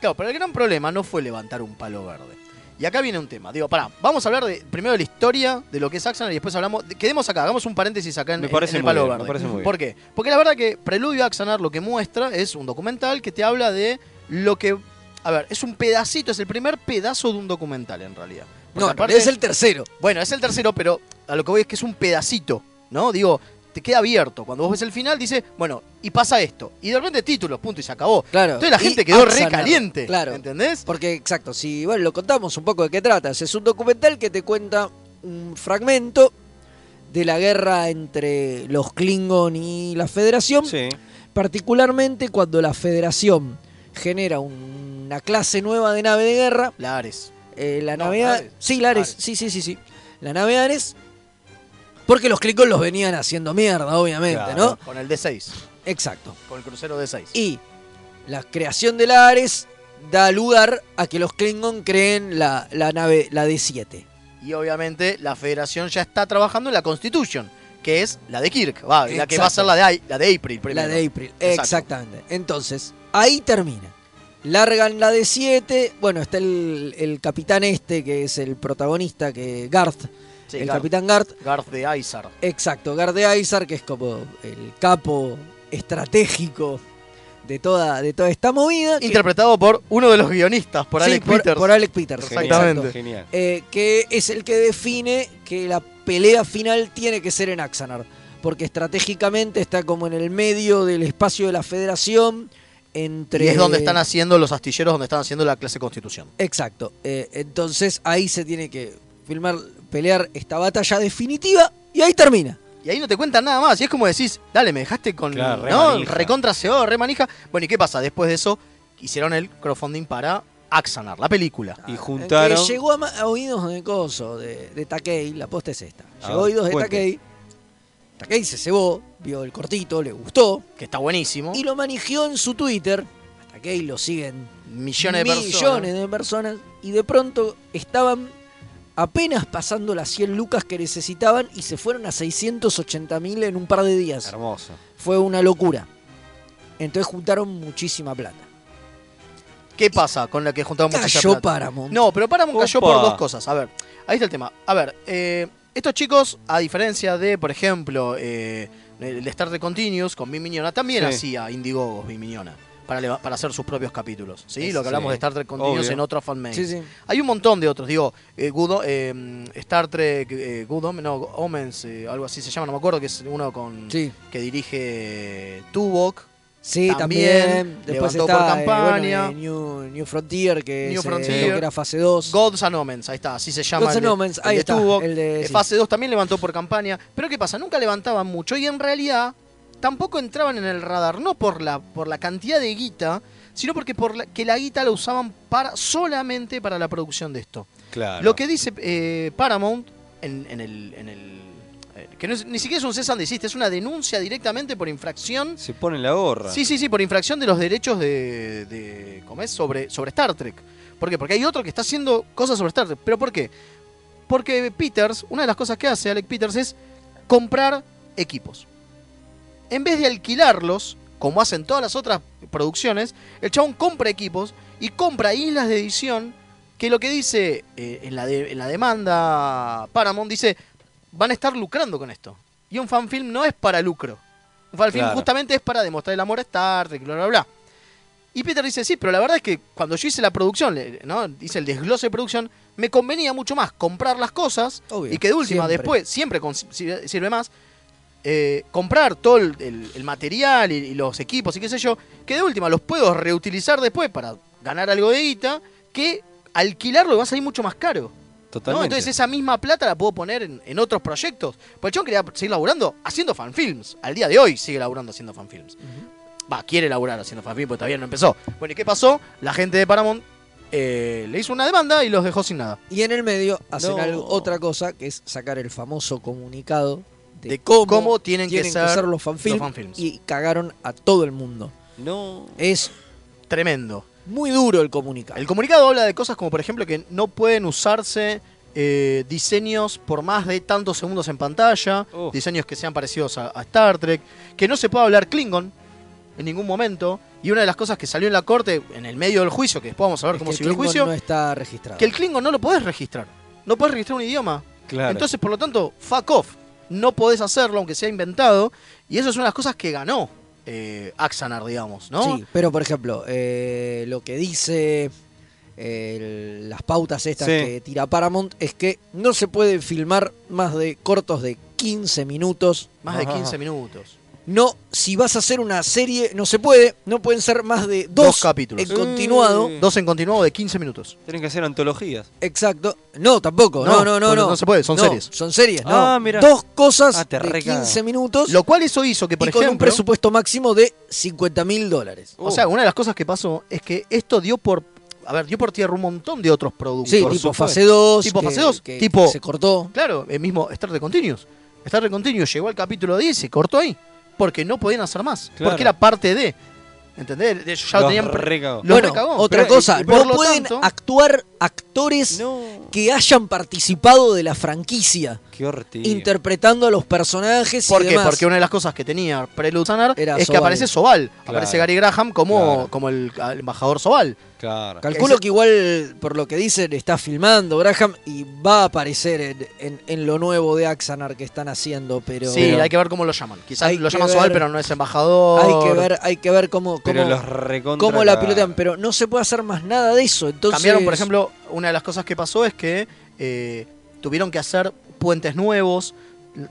S4: Claro, pero el gran problema no fue levantar un palo verde. Y acá viene un tema. Digo, pará, vamos a hablar de, primero de la historia de lo que es Axanar y después hablamos. Quedemos acá, hagamos un paréntesis acá en,
S2: Me
S4: en-
S2: parece
S4: en el
S2: muy
S4: palo
S2: bien, me
S4: verde.
S2: parece muy
S4: ¿Por qué? Porque la verdad que Preludio a Axanar lo que muestra es un documental que te habla de lo que. A ver, es un pedacito, es el primer pedazo de un documental en realidad. Porque
S3: No,
S4: aparte-
S3: es el tercero.
S4: bueno, es el tercero, pero a lo que voy es que es un pedacito, ¿no? Digo, te queda abierto. Cuando vos ves el final, dice, bueno, y pasa esto. Y de repente títulos, punto, y se acabó.
S3: Claro.
S4: Entonces la
S3: Y
S4: gente quedó re
S3: Axanar,
S4: caliente.
S3: Claro.
S4: ¿Entendés?
S3: Porque, exacto, si bueno, lo contamos un poco de qué trata. Es un documental que te cuenta un fragmento de la guerra entre los Klingon y la Federación.
S2: sí.
S3: particularmente cuando la Federación genera un- una clase nueva de nave de guerra,
S4: La Ares.
S3: eh, la
S4: No,
S3: nave A-
S4: Ares.
S3: Sí, la Ares.
S4: Ares.
S3: Sí, sí, sí, sí. La nave Ares. Porque los Klingons los venían haciendo mierda, obviamente,
S2: Claro.
S3: ¿no?
S4: Con el D6.
S3: Exacto.
S4: Con el crucero D6.
S3: Y la creación de la Ares da lugar a que los Klingon creen la, la nave, la D7.
S4: Y obviamente la federación ya está trabajando en la Constitution, que es la de Kirk. Va, la que va a ser la de, Ai- la de April primero.
S3: La de April,
S4: Exacto.
S3: exactamente. Entonces, ahí termina. Largan la de 7. Bueno, está el, el capitán este, que es el protagonista, que Garth,
S4: Sí,
S3: el
S4: Garth,
S3: capitán Garth.
S4: Garth de Aizar.
S3: Exacto, Garth de Izar, que es como el capo estratégico de toda, de toda esta movida. que-
S4: Interpretado por uno de los guionistas, por
S3: Sí,
S4: Alex Peters.
S3: por Alec Peters,
S2: Genial,
S4: Exactamente.
S2: Genial.
S3: eh, que es el que define que la pelea final tiene que ser en Axanar, porque estratégicamente está como en el medio del espacio de la Federación entre
S4: Y es donde están haciendo los astilleros, donde están haciendo la clase Constitución.
S3: Exacto. eh, entonces ahí se tiene que filmar pelear esta batalla definitiva y ahí termina.
S4: Y ahí no te cuentan nada más. Y es como decís, dale, me dejaste con.
S2: Claro, re
S4: no,
S2: manija.
S4: recontra CO, re manija. Bueno, ¿y qué pasa? Después de eso, hicieron el crowdfunding para Axanar, la película.
S2: Y juntaron.
S3: Que llegó a, ma- a oídos de Coso, de, de Takei, la posta es esta.
S2: A
S3: Llegó a
S2: ver,
S3: oídos de
S2: cuente.
S3: Takei. Takei se cebó, vio el cortito, le gustó
S4: Que está buenísimo.
S3: y lo manigió en su Twitter. A Takei lo siguen
S4: millones de personas.
S3: millones de personas y de pronto estaban apenas pasando las 100 lucas que necesitaban y se fueron a 680 mil en un par de días.
S2: Hermoso.
S3: Fue una locura. Entonces juntaron muchísima plata.
S4: ¿Qué pasa con la que juntamos mucha
S3: Cayó
S4: plata?
S3: Paramount.
S4: No, pero Paramount cayó
S2: Opa.
S4: por dos cosas. A ver, ahí está el tema. A ver, eh, estos chicos, a diferencia de, por ejemplo, eh, el Star Trek Continuous con Bim Miñona, también
S2: Sí.
S4: hacía Indigogos Bim Miñona para, leva- para hacer sus propios capítulos. ¿sí? Lo
S2: Sí.
S4: que hablamos de Star Trek Continuous
S2: Obvio.
S4: en otro fanmade.
S3: Sí, sí.
S4: Hay Mm. un montón de otros, digo, eh, Good O- eh, Star Trek, eh, Good Omen- no, Omens, eh, algo así se llama, no me acuerdo, que es uno con
S3: Sí,
S4: que dirige Tuvok,
S3: sí, también.
S4: También,
S3: Después
S4: levantó
S3: está
S4: por
S3: eh, bueno,
S4: campaña.
S3: eh, New, New Frontier, que
S4: New
S3: es, eh,
S4: Frontier.
S3: lo que era fase 2.
S4: Gods and Omens, ahí está, así se llama.
S3: Gods
S4: el
S3: and
S4: de-
S3: Omens,
S4: el
S3: ahí
S4: de
S3: está.
S4: Tuvok.
S3: el
S4: Eh,
S3: de, sí.
S4: Fase 2 también levantó por campaña. Pero ¿qué pasa? Nunca levantaban mucho y en realidad tampoco entraban en el radar. No por la, por la cantidad de guita, sino porque por la, que la guita la usaban para, solamente para la producción de esto.
S2: Claro.
S4: Lo que dice eh, Paramount en, en el... en el- eh, que no es- ni siquiera es un cease and desist, es una denuncia directamente por infracción.
S2: Se pone la gorra.
S4: Sí, sí, sí, por infracción de los derechos de, de ¿cómo es? Sobre, sobre Star Trek. ¿Por qué? Porque hay otro que está haciendo cosas sobre Star Trek. ¿Pero por qué? Porque Peters, una de las cosas que hace Alec Peters es comprar equipos. En vez de alquilarlos, como hacen todas las otras producciones, el chabón compra equipos y compra islas de edición que lo que dice eh, en, la de- en la demanda Paramount dice van a estar lucrando con esto. Y un fanfilm no es para lucro. Un fanfilm
S2: Claro.
S4: justamente es para demostrar el amor a Star Trek, bla, bla, bla. Y Peter dice, sí, pero la verdad es que cuando yo hice la producción, le- ¿no? hice el desglose de producción, me convenía mucho más comprar las cosas
S3: Obvio,
S4: y que de última,
S3: siempre.
S4: después, siempre con- sirve, sirve más, eh, comprar todo el, el- el material y, y los equipos y qué sé yo, que de última los puedo reutilizar después para ganar algo de guita, que alquilarlo va a salir mucho más caro. ¿no?
S2: Totalmente.
S4: Entonces esa misma plata la puedo poner en, en otros proyectos. Porque el chabón quería seguir laburando haciendo fanfilms. Al día de hoy sigue laburando haciendo fanfilms. Va, quiere laburar haciendo fanfilms porque todavía no empezó. Bueno, ¿y qué pasó? La gente de Paramount eh, le hizo una demanda y los dejó sin nada.
S3: Y en el medio hacen
S2: No.
S3: algo, otra cosa, que es sacar el famoso comunicado de,
S4: De
S3: cómo,
S4: cómo
S3: tienen,
S4: tienen,
S3: que, ser los
S4: los
S3: fanfilms,
S4: fanfilms.
S3: y cagaron a todo el mundo.
S2: No.
S3: Es
S4: Tremendo.
S3: muy duro el comunicado.
S4: El comunicado habla de cosas como, por ejemplo, que no pueden usarse eh, diseños por más de tantos segundos en pantalla,
S2: Oh.
S4: diseños que sean parecidos a, a Star Trek, que no se puede hablar Klingon en ningún momento. Y una de las cosas que salió en la corte, en el medio del juicio, que después vamos a ver
S3: Es
S4: cómo
S3: que
S4: siguió el
S3: Klingon
S4: juicio,
S3: no está registrado.
S4: que el Klingon no lo podés registrar. No podés registrar un idioma.
S2: Claro.
S4: Entonces, por lo tanto, fuck off. No podés hacerlo, aunque sea inventado. Y eso es una de las cosas que ganó eh, Axanar, digamos, ¿no?
S3: Sí, pero por ejemplo, eh, lo que dice eh, las pautas estas
S2: Sí.
S3: que tira Paramount es que no se puede filmar más de cortos de 15 minutos
S4: Más de
S2: Ajá,
S4: 15
S2: ajá.
S4: minutos.
S3: No, si vas a hacer una serie, no se puede, no pueden ser más de dos,
S4: Dos capítulos.
S3: en continuado.
S2: Sí.
S4: Dos en continuado de 15 minutos.
S2: Tienen que hacer antologías.
S3: Exacto. No, tampoco. No,
S4: No,
S3: no, no.
S4: porque
S3: No,
S4: no se puede, son series.
S3: Son series, no.
S2: Ah, mirá.
S3: Dos cosas
S2: Ah, te
S3: de
S2: recaga.
S3: 15 minutos
S4: Lo cual eso hizo que, por
S3: y con
S4: ejemplo. Uh,
S3: un presupuesto máximo de 50 mil dólares.
S4: O sea, una de las cosas que pasó es que esto dio por. A ver, dio por tierra un montón de otros productos.
S3: Sí, tipo fase 2.
S4: Tipo
S3: que-
S4: fase dos,
S3: que
S4: tipo-
S3: Se cortó.
S4: Claro, el mismo Star de Continuous. Star de Continuous llegó al capítulo 10 y se cortó ahí. Porque no podían hacer más.
S2: Claro.
S4: Porque era parte de. ¿Entendés? De- Ya lo
S2: Los
S4: tenían. pre-
S2: recagó.
S4: lo
S3: bueno,
S4: recagó.
S3: otra
S4: Pero,
S3: cosa.
S4: y por
S3: no
S4: lo
S3: pueden
S4: tanto-
S3: actuar actores
S2: No.
S3: que hayan participado de la franquicia,
S2: Qué hortiva.
S3: interpretando a los personajes
S4: ¿Por
S3: y
S4: qué?
S3: demás.
S4: Porque una de las cosas que tenía Prelude Sanar
S3: Era
S4: es que
S3: Sobal.
S4: aparece Sobal. Aparece Gary Graham como,
S2: Claro.
S4: como el, el embajador Sobal.
S2: Claro.
S3: Calculo
S4: Ese-
S3: que igual, por lo que dicen, está filmando Graham y va a aparecer en, en- en lo nuevo de Axanar que están haciendo, pero
S4: sí, hay que ver cómo lo llaman. Quizás
S3: Hay
S4: lo
S3: que
S4: llaman Sobal,
S3: ver-
S4: pero no es embajador.
S3: hay que ver, hay que ver cómo,
S2: Pero
S3: cómo,
S2: los recontra.
S3: cómo la
S2: cagaron.
S3: pilotean, pero no se puede hacer más nada de eso. Entonces,
S4: Cambiaron, por ejemplo, una de las cosas que pasó es que eh, tuvieron que hacer puentes nuevos.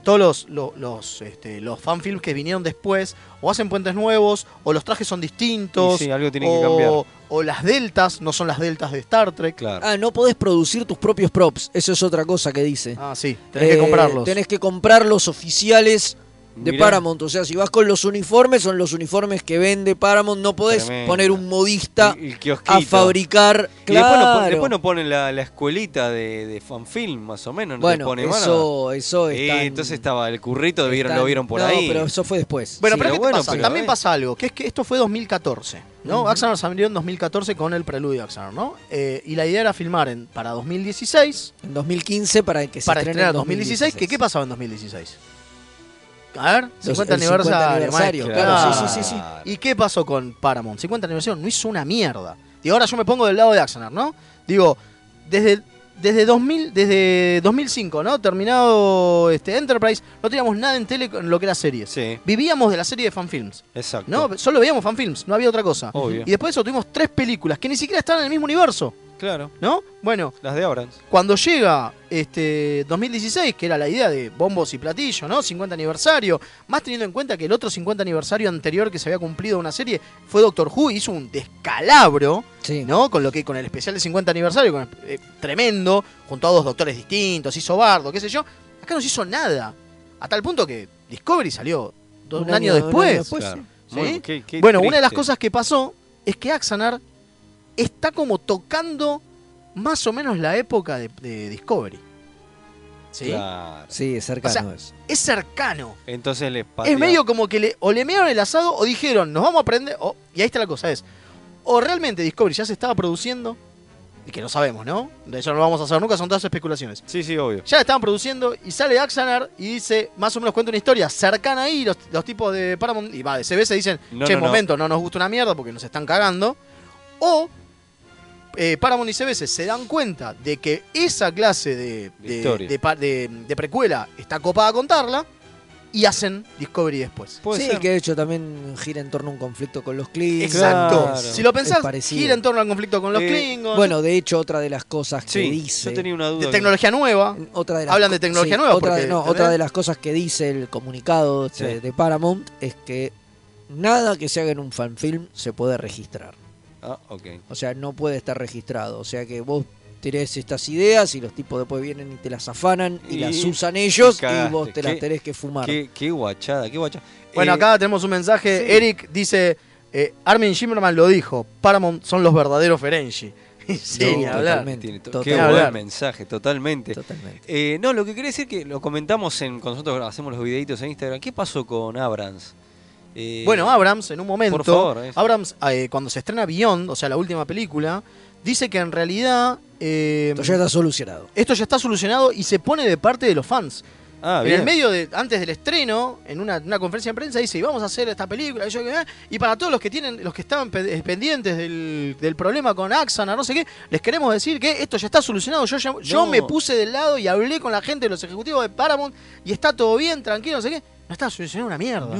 S4: Todos los, lo- los, este, los fanfilms que vinieron después, o hacen puentes nuevos, o los trajes son distintos.
S2: Y sí, algo tienen que
S4: o-
S2: cambiar.
S4: O las deltas no son las deltas de Star Trek.
S2: Claro.
S3: Ah, no podés producir tus propios props. Eso es otra cosa que dice.
S4: Ah, sí, tenés que
S3: Eh,
S4: comprarlos.
S3: Tenés que comprar los oficiales de
S2: Mirá.
S3: Paramount. O sea, si vas con los uniformes, son los uniformes que vende Paramount. No podés
S2: Tremendo.
S3: poner un modista
S2: El- el kiosquito.
S3: a fabricar.
S2: Y después no pon-
S3: Claro.
S2: después no, ponen la, la escuelita de, de fanfilm, más o menos. no te
S3: Bueno,
S2: ponen más nada.
S3: eso, eso
S2: Eh,
S3: está.
S2: entonces estaba el currito, lo vieron, lo vieron por ahí.
S3: pero eso fue después.
S4: Bueno, pero,
S3: Sí.
S2: pero
S4: ¿qué te
S2: bueno,
S4: pasa?
S2: pero
S4: también
S2: eh.
S4: pasa algo, que es que esto fue 2014, ¿no?
S3: Ujú.
S4: Axanar salió en 2014 con el preludio de Axanar, ¿no? Eh, y la idea era filmar en, para 2016,
S3: en 2015 para que se
S4: para
S3: estrene
S4: estrenar
S3: en
S4: en 2016, que ¿qué pasaba en 2016? A ver,
S3: Los-
S4: 50
S3: el 50
S4: aniversario.
S3: aniversario,
S4: maestro.
S3: claro, sí, sí, sí, sí.
S4: ¿Y qué pasó con Paramount? 50 aniversario no hizo una mierda. Y ahora yo me pongo del lado de Axanar, ¿no? Digo, desde, desde, 2000, desde 2005, ¿no? Terminado este Enterprise, no teníamos nada en tele con lo que era series.
S2: Sí,
S4: Vivíamos de la serie de fanfilms.
S2: exacto.
S4: No, solo veíamos fanfilms, no había otra cosa.
S2: Obvio.
S4: Y después de eso tuvimos tres películas que ni siquiera estaban en el mismo universo,
S2: Claro.
S4: ¿no? Bueno,
S2: Las de Abrams.
S4: cuando llega este 2016, que era la idea de bombos y platillo, ¿no? 50 aniversario, más teniendo en cuenta que el otro 50 aniversario anterior que se había cumplido de una serie fue Doctor Who, hizo un descalabro,
S3: Sí.
S4: ¿no? Con lo que con el especial de 50 aniversario, con el- eh, tremendo, junto a dos doctores distintos, hizo Bardo, qué sé yo. Acá no se hizo nada, a tal punto que Discovery salió do- un, año,
S2: Claro.
S4: después. Pues sí.
S2: Muy-
S4: ¿Sí?
S2: qué- qué
S4: Bueno, una de las
S2: triste.
S4: cosas que pasó es que Axanar está como tocando más o menos la época de, de Discovery. ¿Sí?
S2: Claro.
S3: Sí, es cercano
S4: O
S3: eso.
S4: Es cercano.
S2: Entonces les
S4: Es medio como que le, o le mearon el asado o dijeron, nos vamos a aprender. o- y ahí está la cosa, es. O realmente Discovery ya se estaba produciendo, y que no sabemos, ¿no? De eso no lo vamos a saber nunca, son todas especulaciones.
S2: Sí, sí, obvio.
S4: Ya la estaban produciendo y sale Axanar y dice, más o menos cuenta una historia cercana ahí, los, los tipos de Paramount y va, de CBS dicen,
S2: No,
S4: che,
S2: no, no.
S4: momento, no. nos gusta una mierda porque nos están cagando. O eh, Paramount y CBS se dan cuenta de que esa clase de,
S2: De
S4: de-
S2: historia.
S4: de pa- de- de precuela está copada a contarla y hacen Discovery después.
S2: Puede
S3: sí,
S2: ser.
S3: que de hecho también gira en torno a un conflicto con los Klingons.
S4: Exacto.
S2: Claro.
S4: Si lo pensás,
S3: Es parecido.
S4: gira en torno al conflicto con los
S2: Eh,
S4: Klingons,
S3: Bueno, de hecho, otra de las cosas que
S2: Sí,
S3: dice.
S2: yo tenía una duda.
S4: de tecnología nueva.
S3: Otra de las
S4: Hablan
S3: co-
S4: de tecnología nueva,
S3: Otra,
S4: porque,
S3: de, no,
S4: ¿entendés?
S3: otra de las cosas que dice el comunicado o sea,
S2: Sí.
S3: de Paramount es que nada que se haga en un fanfilm se puede registrar.
S2: Ah, ok.
S3: O sea, no puede estar registrado. O sea que vos tirés estas ideas y los tipos después vienen y te las afanan y,
S2: Y-
S3: las usan ellos y
S2: cagaste.
S3: vos te las
S2: Qué-
S3: tenés que fumar.
S2: Qué, qué guachada, qué guachada.
S4: Bueno,
S2: Eh,
S4: acá tenemos un mensaje.
S2: sí.
S4: Eric dice: eh, Armin Shimmerman lo dijo, Paramount son los verdaderos Ferengi. Y sí,
S3: No,
S4: ni hablar.
S3: totalmente.
S2: tiene to-
S3: totalmente.
S2: qué
S4: Ni
S2: buen
S4: hablar.
S2: mensaje, totalmente.
S3: Totalmente.
S2: Eh, no, lo que quería decir que lo comentamos en, cuando nosotros hacemos los videitos en Instagram. ¿Qué pasó con Abrams? Eh,
S4: Bueno, Abrams, en un momento,
S2: por favor, es-
S4: Abrams, eh, cuando se estrena Beyond, o sea, la última película, dice que en realidad eh,
S3: Esto ya está solucionado.
S4: esto ya está solucionado y se pone de parte de los fans.
S2: Ah,
S4: en
S2: bien.
S4: el medio, de, antes del estreno, en una, una conferencia de prensa, dice, "Y vamos a hacer esta película, y, yo, "Ah", y para todos los que tienen, los que estaban pe- eh, pendientes del, del problema con Axana, no sé qué, les queremos decir que esto ya está solucionado. Yo, ya- yo
S2: No.
S4: me puse del lado y hablé con la gente de los ejecutivos de Paramount y está todo bien, tranquilo, no sé qué. No está solucionado una mierda. No,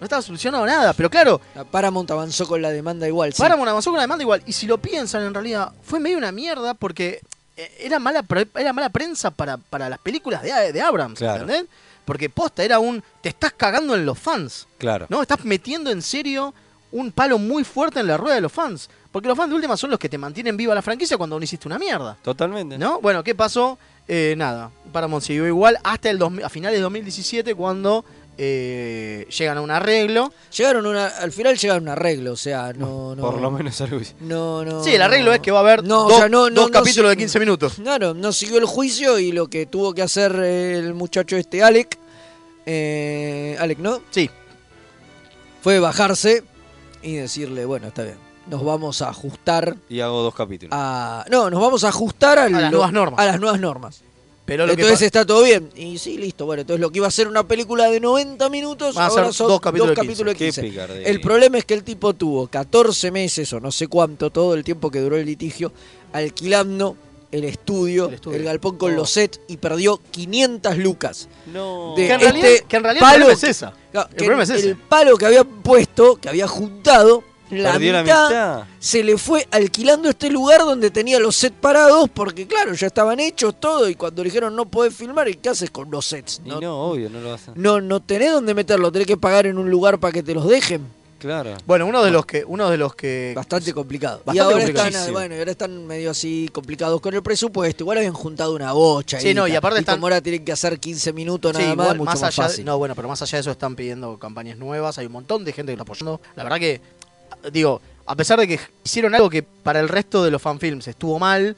S2: No.
S4: está solucionado nada. Pero claro,
S3: La Paramount avanzó con la demanda igual. sí.
S4: Paramount avanzó con la demanda igual. Y si lo piensan, en realidad, fue medio una mierda porque eh, era mala, pre- era mala prensa para, para las películas de, de Abrams,
S2: Claro.
S4: ¿entendés? Porque posta era un. Te estás cagando en los fans.
S2: Claro.
S4: ¿No? Estás metiendo en serio un palo muy fuerte en la rueda de los fans. Porque los fans de última son los que te mantienen viva la franquicia cuando no hiciste una mierda.
S2: Totalmente.
S4: ¿No? Bueno, ¿qué pasó? Eh, nada, Paramount siguió igual hasta el 2000 a finales de 2017 cuando eh, llegan a un arreglo.
S3: Llegaron una, al final llegaron a un arreglo, o sea, no, no.
S2: Por lo menos algo hice.
S3: No, no.
S4: Sí, el arreglo es que va a haber
S3: No, o
S4: dos,
S3: sea, no- no-
S4: dos
S3: no
S4: capítulos de
S3: sig-
S4: 15 minutos.
S3: Claro, no siguió el juicio y lo que tuvo que hacer el muchacho este, Alec, eh, Alec, ¿no?
S4: Sí,
S3: Fue bajarse y decirle, bueno, está bien, nos vamos a ajustar
S2: Y hago dos capítulos.
S3: a... No, nos vamos a ajustar al-
S4: A las nuevas normas.
S3: A las nuevas normas.
S4: pero lo que
S3: entonces
S4: pa-
S3: está todo bien. Y sí, listo, bueno, entonces lo que iba a ser una película de 90 minutos,
S4: Van a
S3: ahora
S4: ser
S3: son
S4: dos capítulos de 15.
S3: de
S2: Qué
S3: 15.
S2: picardía.
S3: El problema es que el tipo tuvo 14 meses o no sé cuánto, todo el tiempo que duró el litigio, alquilando el estudio,
S4: El
S3: el,
S4: estudio.
S3: galpón con
S4: Oh.
S3: los sets y perdió 500 lucas.
S2: No.
S3: de-
S4: que en
S3: este
S4: realidad, que en realidad el
S3: palo
S4: problema es esa.
S3: Claro, que
S4: problema es ese.
S3: el palo que había puesto, que había juntado, la
S2: Perdió la
S3: mitad
S2: mitad.
S3: se le fue alquilando este lugar donde tenía los sets parados, porque claro, ya estaban hechos todo y cuando le dijeron no podés filmar, ¿y qué haces con los sets?
S2: Y no, obvio, no lo vas a.
S3: No, no tenés dónde meterlo, tenés que pagar en un lugar para que te los dejen.
S2: Claro.
S4: Bueno, uno de los que, uno de los que
S3: Bastante complicado. y
S4: Bastante
S3: ahora están,
S4: complicadísimo.
S3: bueno, y ahora están medio así complicados con el presupuesto. Igual habían juntado una bocha.
S4: Sí, no, y aparte están-
S3: como ahora tienen que hacer 15 minutos
S4: Sí,
S3: nada más,
S4: igual,
S3: mucho más,
S4: allá de-
S3: fácil.
S4: no, bueno, pero más allá de eso están pidiendo campañas nuevas, hay un montón de gente que lo está apoyando. La verdad que, digo, a pesar de que hicieron algo que para el resto de los fanfilms estuvo mal,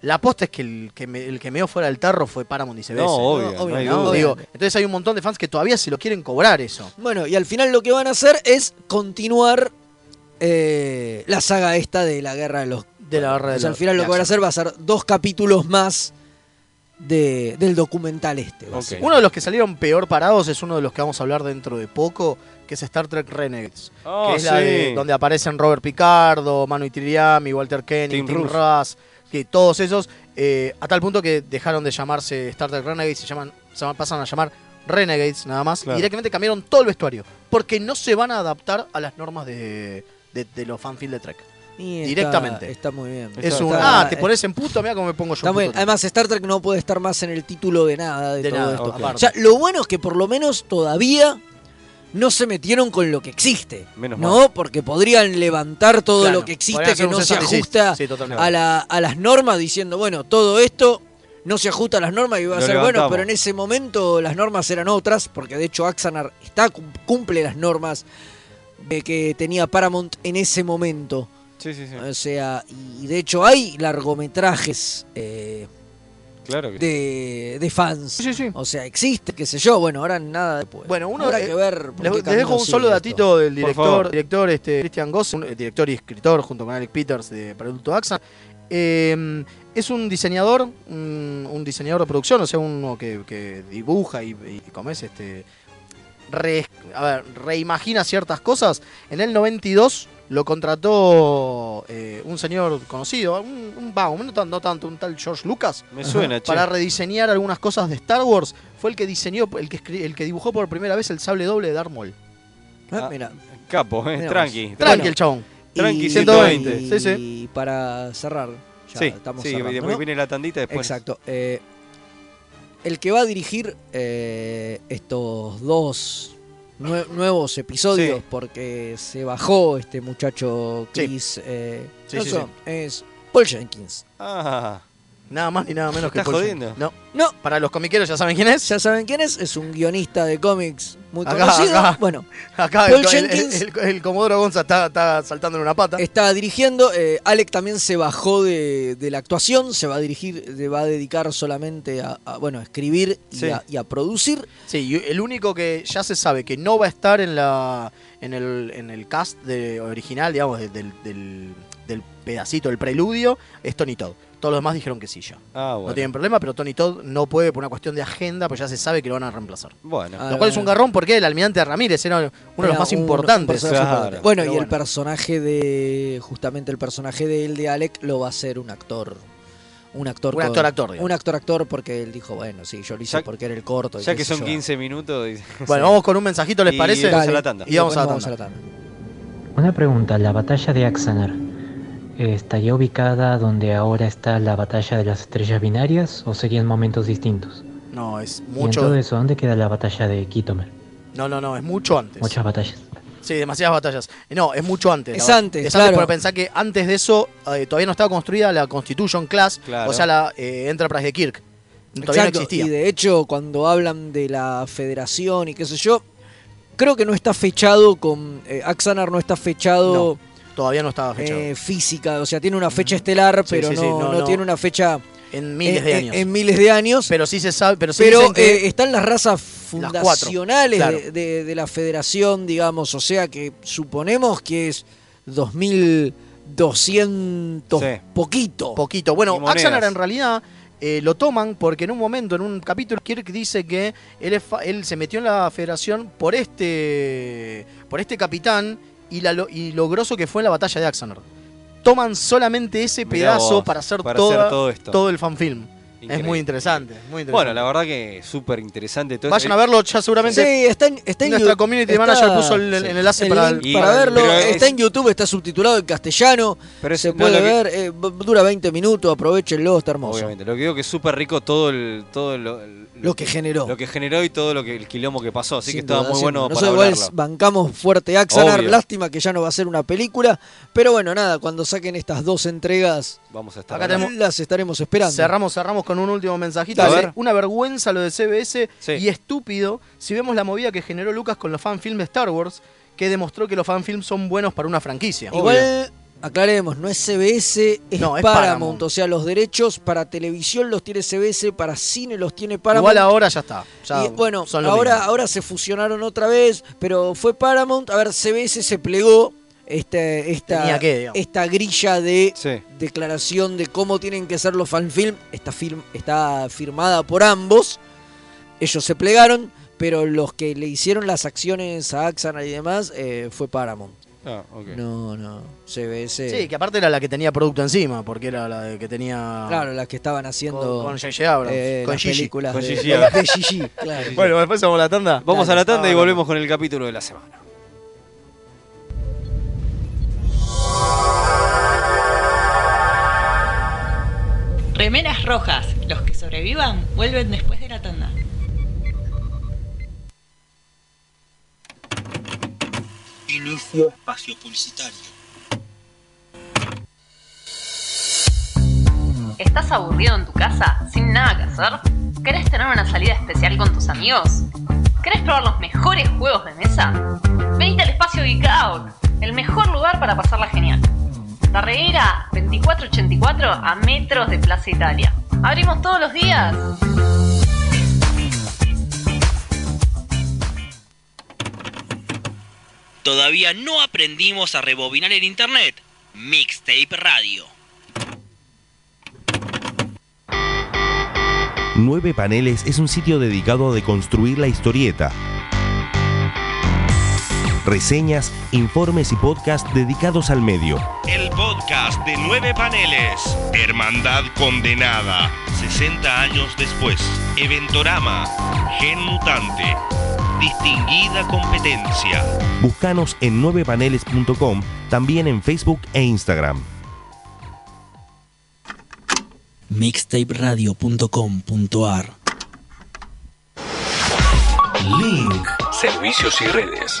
S4: la aposta es que el que, me, el que meó fuera del tarro fue Paramount y CBS.
S2: No, obvio,
S3: obvio,
S2: no hay
S3: no,
S2: duda.
S4: Digo, entonces hay un montón de fans que todavía se lo quieren cobrar eso.
S3: Bueno, y al final lo que van a hacer es continuar eh, la saga esta de la guerra de los...
S4: De la guerra de
S3: O sea, pues al
S4: los-
S3: final lo
S4: de
S3: que van a
S4: Axel.
S3: hacer va a ser dos capítulos más de- del documental este. va a
S2: Ok.
S3: ser.
S4: Uno de los que salieron peor parados es uno de los que vamos a hablar dentro de poco, que es Star Trek Renegades.
S2: Oh,
S4: que es la
S2: sí.
S4: de- donde aparecen Robert Picardo, Manu Itiriami, Walter Kenny, Tim,
S2: Tim Russ.
S4: Russ, que todos esos, eh, a tal punto que dejaron de llamarse Star Trek Renegades, se llaman, se llaman- pasan a llamar Renegades nada más,
S2: Claro.
S4: y directamente cambiaron todo el vestuario, porque no se van a adaptar a las normas de, de- de los fanfield de Trek.
S3: Y está-
S4: directamente.
S3: Está muy bien.
S2: Eso
S4: Es un,
S3: Está-
S4: ah, te pones en puto, mira cómo me pongo yo.
S3: Está
S4: en
S3: muy bien.
S4: puto".
S3: Además, Star Trek no puede estar más en el título de nada de,
S4: de
S3: todo
S4: nada,
S3: esto.
S2: ok.
S4: aparte.
S3: O sea, lo bueno es que por lo menos todavía no se metieron con lo que existe.
S2: Menos
S3: ¿No? Porque podrían levantar todo
S4: Claro,
S3: lo
S4: podrían
S3: que existe
S4: hacer
S3: que
S4: un
S3: no se
S4: 66.
S3: ajusta
S4: Sí, totalmente.
S3: a, la- a las normas diciendo, bueno, todo esto no se ajusta a las normas y va a
S2: Lo
S3: ser bueno,
S2: levantamos.
S3: pero en ese momento las normas eran otras, porque de hecho Axanar está, cum- cumple las normas de que tenía Paramount en ese momento.
S2: Sí, sí, sí.
S3: O sea, y de hecho hay largometrajes eh,
S2: Claro que sí.
S3: de, de fans.
S4: Sí, sí.
S3: O sea, existe, qué sé yo. Bueno, ahora nada después.
S4: Bueno, uno-
S3: Habrá
S4: eh,
S3: que ver. por
S4: Les,
S3: qué
S4: les
S3: camino
S4: dejo un
S3: sigue
S4: solo
S3: esto.
S4: datito del director,
S2: favor.
S4: director este, Christian Goss, un, eh, director y escritor junto con Alec Peters de Producto AXA. Eh, es un diseñador, un, un diseñador de producción, o sea, uno que, que dibuja y, y como es, este, re- a ver, reimagina ciertas cosas. En el 92 lo contrató eh, un señor conocido, un, un, va, un- no, tan- no tanto, un tal George Lucas,
S2: Me suena, che.
S4: para rediseñar algunas cosas de Star Wars. Fue el que diseñó, el que, escri- el que dibujó por primera vez el sable doble de Darth Maul.
S3: Ah,
S2: Ah,
S3: mira.
S2: Capo, eh.
S3: Mira
S2: Tranqui.
S4: Tranqui
S3: Bueno.
S4: el chabón.
S2: Tranqui,
S3: Y-
S4: 120,
S3: Y,
S4: sí, sí.
S3: y para cerrar, ya
S2: sí,
S3: estamos
S2: sí.
S3: cerrando,
S2: y después
S3: ¿no?
S2: viene la tandita después.
S3: Exacto. eh, el que va a dirigir eh, estos dos nue- nuevos episodios,
S2: Sí.
S3: porque se bajó este muchacho Chris. eh,
S4: Sí,
S3: no
S4: sí,
S3: son, Es Paul Jenkins.
S2: Ah,
S4: Nada más ni nada menos que
S2: ¿Estás
S4: Paul
S2: jodiendo?
S4: Jenkins. No.
S3: No.
S4: Para los comiqueros ya saben quién es.
S3: Ya saben quién es, es un guionista de cómics muy
S4: Acá,
S3: conocido.
S4: acá.
S3: Bueno,
S4: Acá
S3: Paul
S4: el, el-
S3: Jenkins.
S4: el- el- el Comodoro Gonza está, está saltando en una pata.
S3: está dirigiendo. eh, Alec también se bajó de, de la actuación, se va a dirigir, se va a dedicar solamente a, a, bueno, a escribir y,
S2: Sí.
S3: a, y a producir.
S4: Sí, y el único que ya se sabe que no va a estar en la en el, en el cast de, original, digamos, de- del, del- del pedacito, del preludio, es Tony Todd. Todos los demás dijeron que sí ya.
S2: ah,
S4: No
S2: bueno.
S4: tienen problema, pero Tony Todd no puede por una cuestión de agenda, pues ya se sabe que lo van a reemplazar.
S2: Bueno.
S3: Ah,
S4: Lo cual es un
S3: bueno.
S4: garrón porque el almirante Ramírez era uno de los
S3: Era
S4: más
S3: un- un
S4: importantes.
S3: personaje
S2: Claro.
S3: importante. Bueno, y
S4: Pero
S3: el personaje de. Justamente el personaje de él, de Alec, lo va a hacer un actor. Un actor
S4: Un actor-actor, digamos.
S3: Un actor, actor, porque él dijo, bueno, sí, yo lo hice
S2: Ya-
S3: porque era el corto. y
S2: Ya
S3: qué
S2: que
S3: sé
S2: son
S3: yo.
S2: 15 minutos. dice-
S4: Bueno, vamos con un mensajito, ¿les
S2: Y
S4: parece?
S2: vamos a la tanda.
S4: Y vamos a la
S3: Vamos
S4: tanda.
S6: Una pregunta, la batalla de Axanar, ¿estaría ubicada donde ahora está la batalla de las estrellas binarias o serían momentos distintos?
S4: No, es
S6: Y en
S4: mucho.
S6: todo eso, ¿dónde queda la batalla de Quitomer?
S4: No, no, no, es mucho antes.
S6: Muchas batallas.
S4: Sí, demasiadas batallas. Eh, No, es mucho antes.
S3: Es
S4: la bat-
S3: antes,
S4: es
S3: claro.
S4: porque pensá que antes de eso eh, todavía no estaba construida la Constitution Class,
S2: Claro.
S4: o sea, la eh, Enterprise de Kirk. Todavía
S3: Exacto,
S4: no existía.
S3: Y de hecho, cuando hablan de la federación y qué sé yo, creo que no está fechado con. eh, Axanar no está fechado,
S4: Todavía no estaba fechado.
S3: eh, física, o sea, tiene una fecha estelar,
S4: Sí,
S3: pero
S4: sí,
S3: no,
S4: sí, no,
S3: no
S4: no.
S3: tiene una fecha
S4: en miles
S3: en,
S4: de
S3: en-
S4: años.
S3: eh, en miles de años. Pero,
S4: pero sí se sabe, pero sí dicen que-
S3: eh, están las razas
S4: cuatro,
S3: fundacionales
S4: claro.
S3: de, de- de la federación, digamos, o sea que suponemos que es 2200
S2: Sí.
S3: poquito.
S4: Poquito.
S2: Oh, Y
S4: Bueno,
S2: monedas.
S4: Axanar en realidad eh, lo toman porque en un momento, en un capítulo, Kirk dice que él, es fa- él se metió en la federación por este, por este capitán y, la, lo- y lo grosso que fue la batalla de Axanar. Toman solamente ese
S2: Mirá
S4: pedazo
S2: vos,
S4: para hacer,
S2: para
S4: toda-
S2: hacer todo esto.
S4: todo el fanfilm. Es
S2: Increíble.
S4: muy interesante, muy interesante.
S2: Bueno, la verdad que súper interesante. todo
S4: Vayan
S2: esto.
S4: a verlo, ya
S3: Sí,
S4: seguramente
S3: está en, está en
S4: nuestra
S3: Yu-
S4: community
S3: está-
S4: manager puso el, el
S3: sí.
S4: enlace
S3: El
S4: para,
S3: link
S2: el-
S3: para
S2: para el-
S3: verlo.
S2: pero es-
S3: está en YouTube, está subtitulado en castellano.
S2: Pero es-
S3: se
S2: no,
S3: puede
S2: lo que-
S3: ver, eh, bu- dura 20 minutos, aprovechenlo, está hermoso.
S2: Obviamente, lo que digo que es súper rico todo el, todo lo, el-
S3: Lo que generó.
S2: lo que generó y todo lo que el quilombo que pasó, así
S3: Sin
S2: que estaba
S3: duda,
S2: muy
S3: sin
S2: bueno
S3: duda.
S2: para
S3: Nosotros igual
S2: hablarlo.
S3: bancamos fuerte a Axanar,
S2: Obvio.
S3: lástima que ya no va a ser una película, pero bueno, nada, cuando saquen estas dos entregas,
S2: Vamos a estar
S4: Acá
S2: hablando.
S4: tenemos-
S3: las estaremos esperando.
S4: Cerramos, cerramos con un último mensajito.
S2: A
S4: Dice,
S2: ver.
S4: Una vergüenza lo de CBS
S2: Sí.
S4: y estúpido si vemos la movida que generó Lucas con los fanfilms de Star Wars, que demostró que los fanfilms son buenos para una franquicia.
S3: Igual, aclaremos, no es CBS, es,
S4: No, es
S3: Paramount.
S4: Paramount.
S3: O sea, los derechos para televisión los tiene CBS, para cine los tiene Paramount.
S4: Igual ahora ya está. ya
S3: Y, bueno,
S4: son lo
S3: ahora,
S4: mismo.
S3: ahora se fusionaron otra vez, pero fue Paramount. A ver, CBS se plegó este, esta,
S4: Tenía que, digamos.
S3: esta grilla de
S2: Sí.
S3: declaración de cómo tienen que ser los fanfilm. Está, film, está firmada por ambos. Ellos se plegaron, pero los que le hicieron las acciones a Axana y demás eh, fue Paramount.
S2: Ah, ok.
S3: No, no, CBS.
S4: Sí, que aparte era la que tenía producto encima, porque era la de que tenía
S3: Claro, las que estaban haciendo
S4: con, con J.J. Abrams,
S3: eh,
S4: con
S3: las
S4: Gigi.
S3: películas
S2: Con
S3: de,
S2: Gigi Abrams.
S3: de Gigi, claro.
S4: Bueno, después vamos a la tanda.
S2: Vamos a la tanda y
S4: Ah,
S2: volvemos con el capítulo de la semana.
S7: Remeras rojas. Los que sobrevivan vuelven después de la tanda.
S8: Inicio espacio publicitario.
S9: ¿Estás aburrido en tu casa sin nada que hacer? ¿Querés tener una salida especial con tus amigos? ¿Querés probar los mejores juegos de mesa? Venite al espacio Geek Out, el mejor lugar para pasarla genial. Darreguera 2484 a metros de Plaza Italia. Abrimos todos los días.
S8: Todavía no aprendimos a rebobinar el internet. Mixtape Radio.
S10: Nueve Paneles es un sitio dedicado a deconstruir la historieta. Reseñas, informes y podcast dedicados al medio. El podcast de Nueve Paneles. Hermandad Condenada. 60 años después. Eventorama. Gen Mutante. Distinguida competencia. Búscanos en 9paneles.com, también en Facebook e Instagram.
S8: Mixtaperadio.com.ar
S11: Link. Servicios y redes.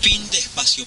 S8: Fin de espacio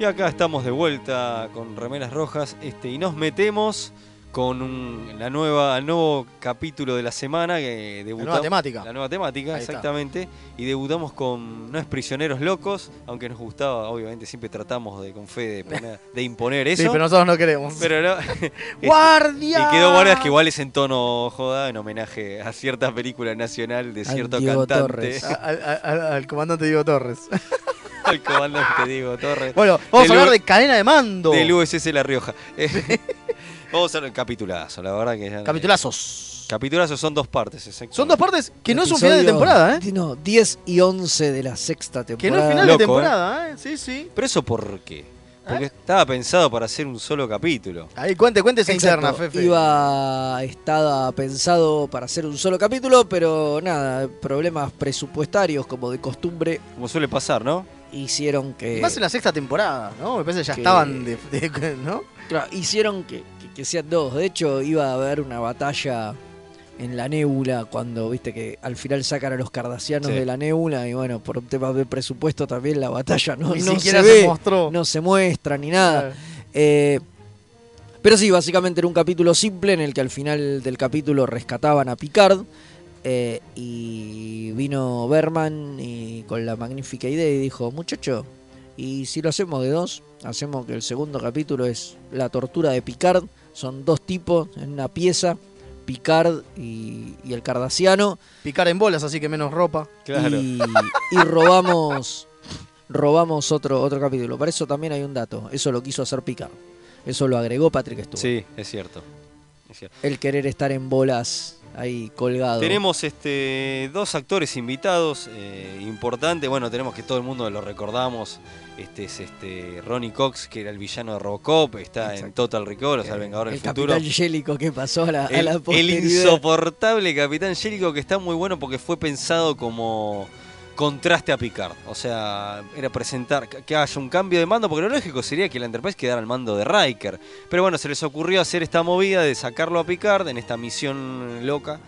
S2: Y acá estamos de vuelta con Remeras Rojas este, y nos metemos con un- la nueva, el nuevo capítulo de la semana que debutamos.
S4: temática.
S2: La nueva temática,
S4: Ahí está.
S2: exactamente. Y debutamos con No es Prisioneros Locos, aunque nos gustaba, obviamente siempre tratamos de con fe de, poner- de imponer eso.
S4: Eh. Sí, pero nosotros no queremos.
S2: Pero no.
S4: ¡Guardia!
S2: Y quedó guardias que igual es en tono joda, en homenaje a cierta película nacional de
S4: Al
S2: cierto
S4: Diego
S2: cantante.
S4: A- al, al- al comandante Diego Torres.
S2: Al comandante Diego Torres.
S4: Bueno, vamos
S2: Del
S4: a hablar
S2: U-
S4: de cadena de mando.
S2: Del USS La Rioja. Eh, vamos a hablar capitulazo, la verdad que ya.
S4: Capitulazos.
S2: Capitulazos son dos partes, exacto.
S4: Son dos partes que no es un final de
S3: Episodio-
S4: temporada, ¿eh?
S3: No, 10 y 11 de la sexta temporada.
S4: Que no es final
S2: Loco,
S4: de temporada, ¿eh? Sí, sí.
S2: ¿Pero eso por qué? Porque estaba pensado para hacer un solo capítulo.
S4: Ahí, cuente, cuente esa
S3: Exacto,
S4: interna, Fefe.
S3: Iba, estaba pensado para hacer un solo capítulo, pero nada, problemas presupuestarios como de costumbre
S2: Como suele pasar, ¿no?
S3: hicieron que...
S4: Más en la sexta temporada, ¿no? Me parece que ya
S3: eh, que-
S4: estaban de, de- ¿No?
S3: Claro, hicieron que, que- que sean dos. De hecho, iba a haber una batalla en la nébula cuando, viste, que al final sacan a los cardasianos
S2: Sí.
S3: de la nébula y bueno, por temas de presupuesto también la batalla no,
S4: Ni
S3: no
S4: siquiera
S3: se,
S4: se
S3: ve,
S4: mostró.
S3: no se muestra ni nada.
S4: Claro.
S3: Eh, pero sí, básicamente era un capítulo simple en el que al final del capítulo rescataban a Picard. eh, y vino Berman y con la magnífica idea y dijo, muchacho, y si lo hacemos de dos, hacemos que el segundo capítulo es la tortura de Picard. Son dos tipos en una pieza, Picard y, y el cardasiano.
S4: Picar en bolas, así que menos ropa.
S3: Y, y robamos robamos otro, otro capítulo. Para eso también hay un dato. Eso lo quiso hacer Picard. Eso lo agregó Patrick Stewart.
S2: Sí, es cierto. Es cierto.
S3: El querer estar en bolas ahí colgado.
S2: Tenemos este, dos actores invitados eh, importantes. Bueno, tenemos que todo el mundo lo recordamos. Este es este Ronnie Cox, que era el villano de Robocop, está en Total Recall, o sea, el Vengador
S3: Eh, el
S2: del Futuro.
S3: capitán Yélico que pasó a la, a
S2: El,
S3: la
S2: el
S3: posteridad.
S2: insoportable Capitán Jericho que está muy bueno porque fue pensado como contraste a Picard. O sea, era presentar que que haya un cambio de mando, porque lo lógico sería que la Enterprise quedara al mando de Riker. Pero bueno, se les ocurrió hacer esta movida de sacarlo a Picard en esta misión loca.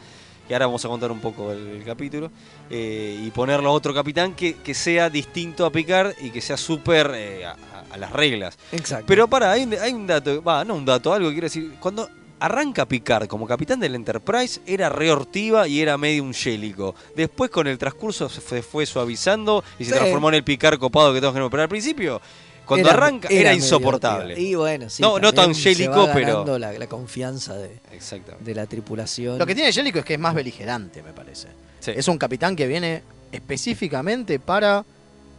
S2: Y ahora vamos a contar un poco el, el capítulo. eh, y ponerlo a otro capitán que, que sea distinto a Picard y que sea súper eh, a- a- a las reglas.
S3: Exacto.
S2: Pero pará, hay, un- hay un dato, va, no un dato, algo que quiero decir. Cuando arranca Picard como capitán del Enterprise, era reortiva y era medio un yélico. Después, con el transcurso, se fue, fue suavisando y se
S3: Sí.
S2: transformó en el Picard copado que todos queremos. Pero al principio, cuando
S3: Era-
S2: arranca,
S3: era
S2: era,
S3: medio
S2: insoportable.
S3: tío. Y bueno, sí,
S2: No, no tan
S3: también se
S2: yélico,
S3: va ganando
S2: pero.
S3: La, la confianza de,
S2: Exactamente.
S3: de la tripulación.
S4: Lo que tiene Jellico es que es más beligerante, me parece.
S2: Sí.
S4: Este, Es un capitán que viene específicamente para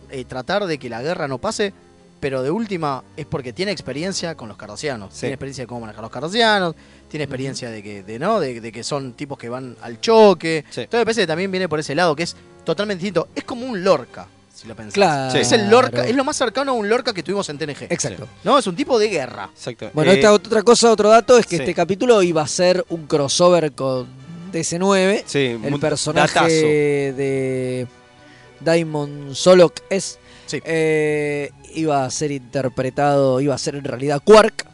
S4: eh, tratar de que la guerra no pase, pero de última es porque tiene experiencia con los cardasianos.
S2: Sí.
S4: Tiene experiencia de cómo manejar los cardasianos, tiene experiencia de que, de, ¿no? de, de que son tipos que van al choque.
S2: Sí.
S4: Entonces me parece que también viene por ese lado, que es totalmente distinto. Es como un Lorca, si lo pensás.
S3: Claro.
S4: Es el Lorca, es lo más cercano a un Lorca que tuvimos en TNG.
S3: Exacto.
S4: No, es un tipo de guerra.
S2: Exacto.
S3: Bueno,
S2: Eh,
S3: esta otra cosa, otro dato es que
S2: sí.
S3: este capítulo iba a ser un crossover con DC9.
S2: Sí,
S3: el
S2: un
S3: personaje
S2: datazo.
S3: de Daimon Solok es
S4: Sí.
S3: eh, iba a ser interpretado, iba a ser en realidad Quark.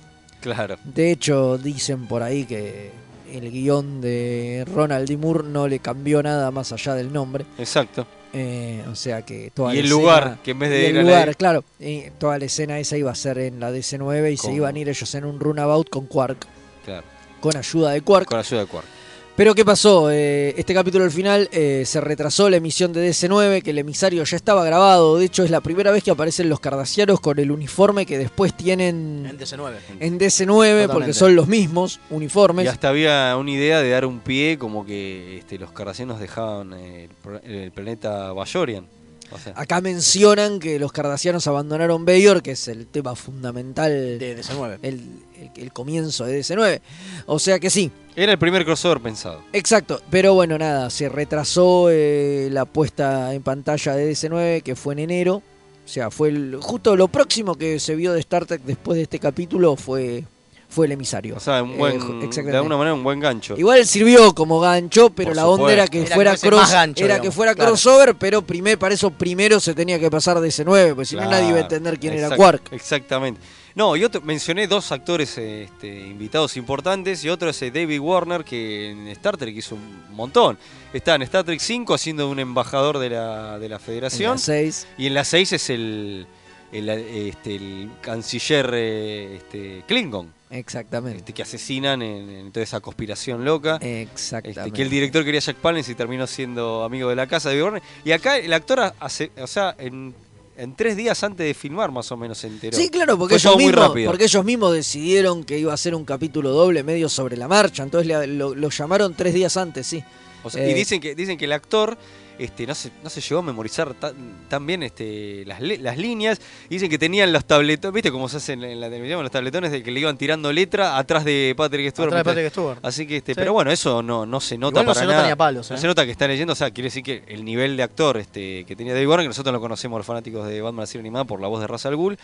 S2: Claro.
S3: De hecho, dicen por ahí que el guión de Ronald D. Moore no le cambió nada más allá del nombre.
S2: Exacto.
S3: Eh, o sea que toda
S2: Y
S3: la
S2: el
S3: escena-
S2: lugar, que en vez de
S3: y el
S2: ir a la-
S3: lugar, claro. Y toda la escena esa iba a ser en la DC9 y se
S2: Con-
S3: iban a ir ellos en un runabout con Quark,
S2: Claro.
S3: con ayuda de Quark.
S2: Con la ayuda de Quark.
S3: Pero ¿qué pasó? Eh, este capítulo al final eh, se retrasó la emisión de DC9, que el emisario ya estaba grabado. De hecho, es la primera vez que aparecen los cardasianos con el uniforme que después
S4: En
S3: tienen
S4: DC9.
S3: en DC9, porque
S4: Totalmente.
S3: son los mismos
S2: Y
S3: uniformes.
S2: hasta había una idea de dar un pie como que este, los cardacianos dejaban eh, el, pro- el planeta Bajorian. O sea,
S3: Acá mencionan que los cardasianos abandonaron Bayor, que es el tema fundamental,
S4: De DC9.
S3: el, el- el comienzo de DC9. O sea que sí,
S2: era el primer crossover pensado.
S3: Exacto, pero bueno, nada, se retrasó eh, la puesta en pantalla de DC9, que fue en enero. O sea, fue el- justo lo próximo que se vio de Star Trek después de este capítulo fue, fue el emisario.
S2: O sea, un buen,
S3: Eh, ju- exactamente.
S2: de alguna manera un buen gancho.
S3: Igual sirvió como gancho, pero
S2: Por
S3: la onda era
S2: supuesto.
S3: que
S4: Era que
S3: fuera,
S4: fuese
S3: cross-
S4: más gancho,
S3: era
S4: digamos,
S3: que fuera
S4: claro.
S3: crossover, pero primer, para eso primero se tenía que pasar DC9, porque si no
S2: Claro,
S3: nadie iba a entender quién era
S2: exact-
S3: Quark.
S2: Exactamente. No, y otro, mencioné dos actores eh, este, invitados importantes y otro es eh, David Warner que en Star Trek hizo un montón. Está en Star Trek 5 haciendo un embajador de la, de la
S3: En la
S2: Federación
S3: seis.
S2: y en la 6 es el, el, este, el canciller eh, este, Klingon.
S3: Exactamente.
S2: este, que asesinan en, en toda esa conspiración loca.
S3: Exactamente.
S2: Este, que el director quería Jack Palance y terminó siendo amigo de la casa de Bjorn. Y acá el actor hace, o sea, en, en tres días antes de filmar más o menos se enteró.
S3: Sí, claro, porque
S2: Fue todo
S3: ellos,
S2: muy
S3: mismos,
S2: rápido.
S3: porque ellos mismos decidieron que iba a ser un capítulo doble medio sobre la marcha. Entonces le- lo, lo llamaron tres días antes, sí.
S2: O sea,
S3: Eh,
S2: y dicen que, dicen que el actor este, no, se, no se llegó a memorizar tan, tan bien este, las, le- las líneas. Y dicen que tenían los tabletones, ¿viste cómo se hacen en la televisión? Los tabletones de que le iban tirando letra atrás de Patrick Stewart.
S4: Atrás de
S2: mientras-
S4: Patrick Stewart.
S2: Así que, este,
S4: Sí.
S2: pero bueno, eso no, no se nota
S4: Igual no
S2: para
S4: se nota
S2: nada.
S4: ni a palos,
S2: No
S4: ¿eh?
S2: se nota que están leyendo, o sea, quiere decir que el nivel de actor este, que tenía David Warner, que nosotros lo conocemos los fanáticos de Batman la serie animada por la voz de Ra's al Ghul,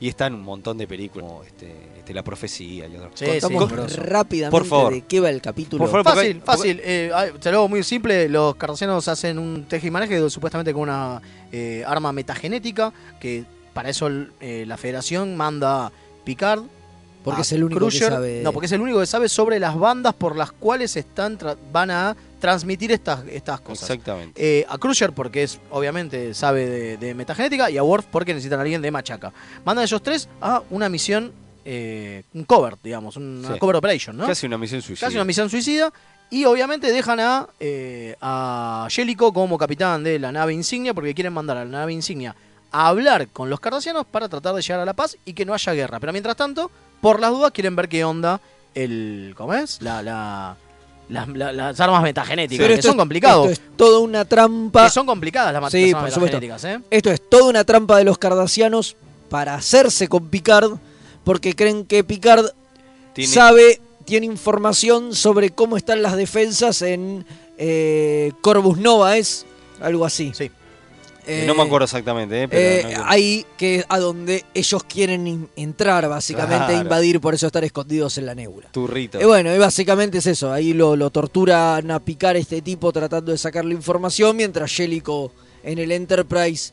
S2: y está en un montón de películas, como este, este, La Profecía y otras cosas.
S3: Contamos
S2: Con-
S3: rápidamente
S2: por favor.
S3: de qué va el capítulo.
S2: Por favor, porque
S4: Fácil,
S2: hay-
S4: fácil. eh, ay, te lo hago muy simple. Los cardacianos hacen un tejimaneje supuestamente con una eh, arma metagenética que para eso el- eh, la federación manda a Picard.
S3: Porque
S4: a
S3: es el único que
S4: Crusher.
S3: sabe-
S4: No, porque es el único que sabe sobre las bandas por las cuales están tra- van a transmitir estas, estas cosas.
S2: Exactamente.
S4: Eh, a Crusher porque es obviamente sabe de, de metagenética y a Worf porque necesitan a alguien de machaca. Mandan a ellos tres a una misión, eh, un cover, digamos, una
S2: Sí.
S4: cover operation, ¿no?
S2: Casi una misión suicida.
S4: Casi una misión suicida. Y obviamente dejan a, eh, a Jellico como capitán de la nave insignia porque quieren mandar a la nave insignia a hablar con los cardacianos para tratar de llegar a la paz y que no haya guerra. Pero mientras tanto, por las dudas, quieren ver qué onda el... ¿Cómo es? La... la- las, la- las armas metagenéticas,
S3: Pero
S4: que
S3: esto
S4: son
S3: es-
S4: complicados.
S3: esto es toda una trampa.
S4: Que son complicadas las, ma-
S3: Sí,
S4: las armas
S3: por supuesto.
S4: metagenéticas, ¿eh?
S3: Esto es toda una trampa de los cardasianos para hacerse con Picard, porque creen que Picard
S2: Tiene-
S3: sabe, tiene información sobre cómo están las defensas en eh, Corvus Nova, es algo así.
S4: Sí.
S2: Eh, no me acuerdo exactamente, eh, pero no creo.
S3: ahí que a donde ellos quieren in- entrar básicamente e
S2: Claro.
S3: invadir por eso estar escondidos en la nebula
S2: Turrito.
S3: Eh, bueno, y básicamente es eso. Ahí lo, lo torturan a picar este tipo tratando de sacarle información mientras Jellico en el Enterprise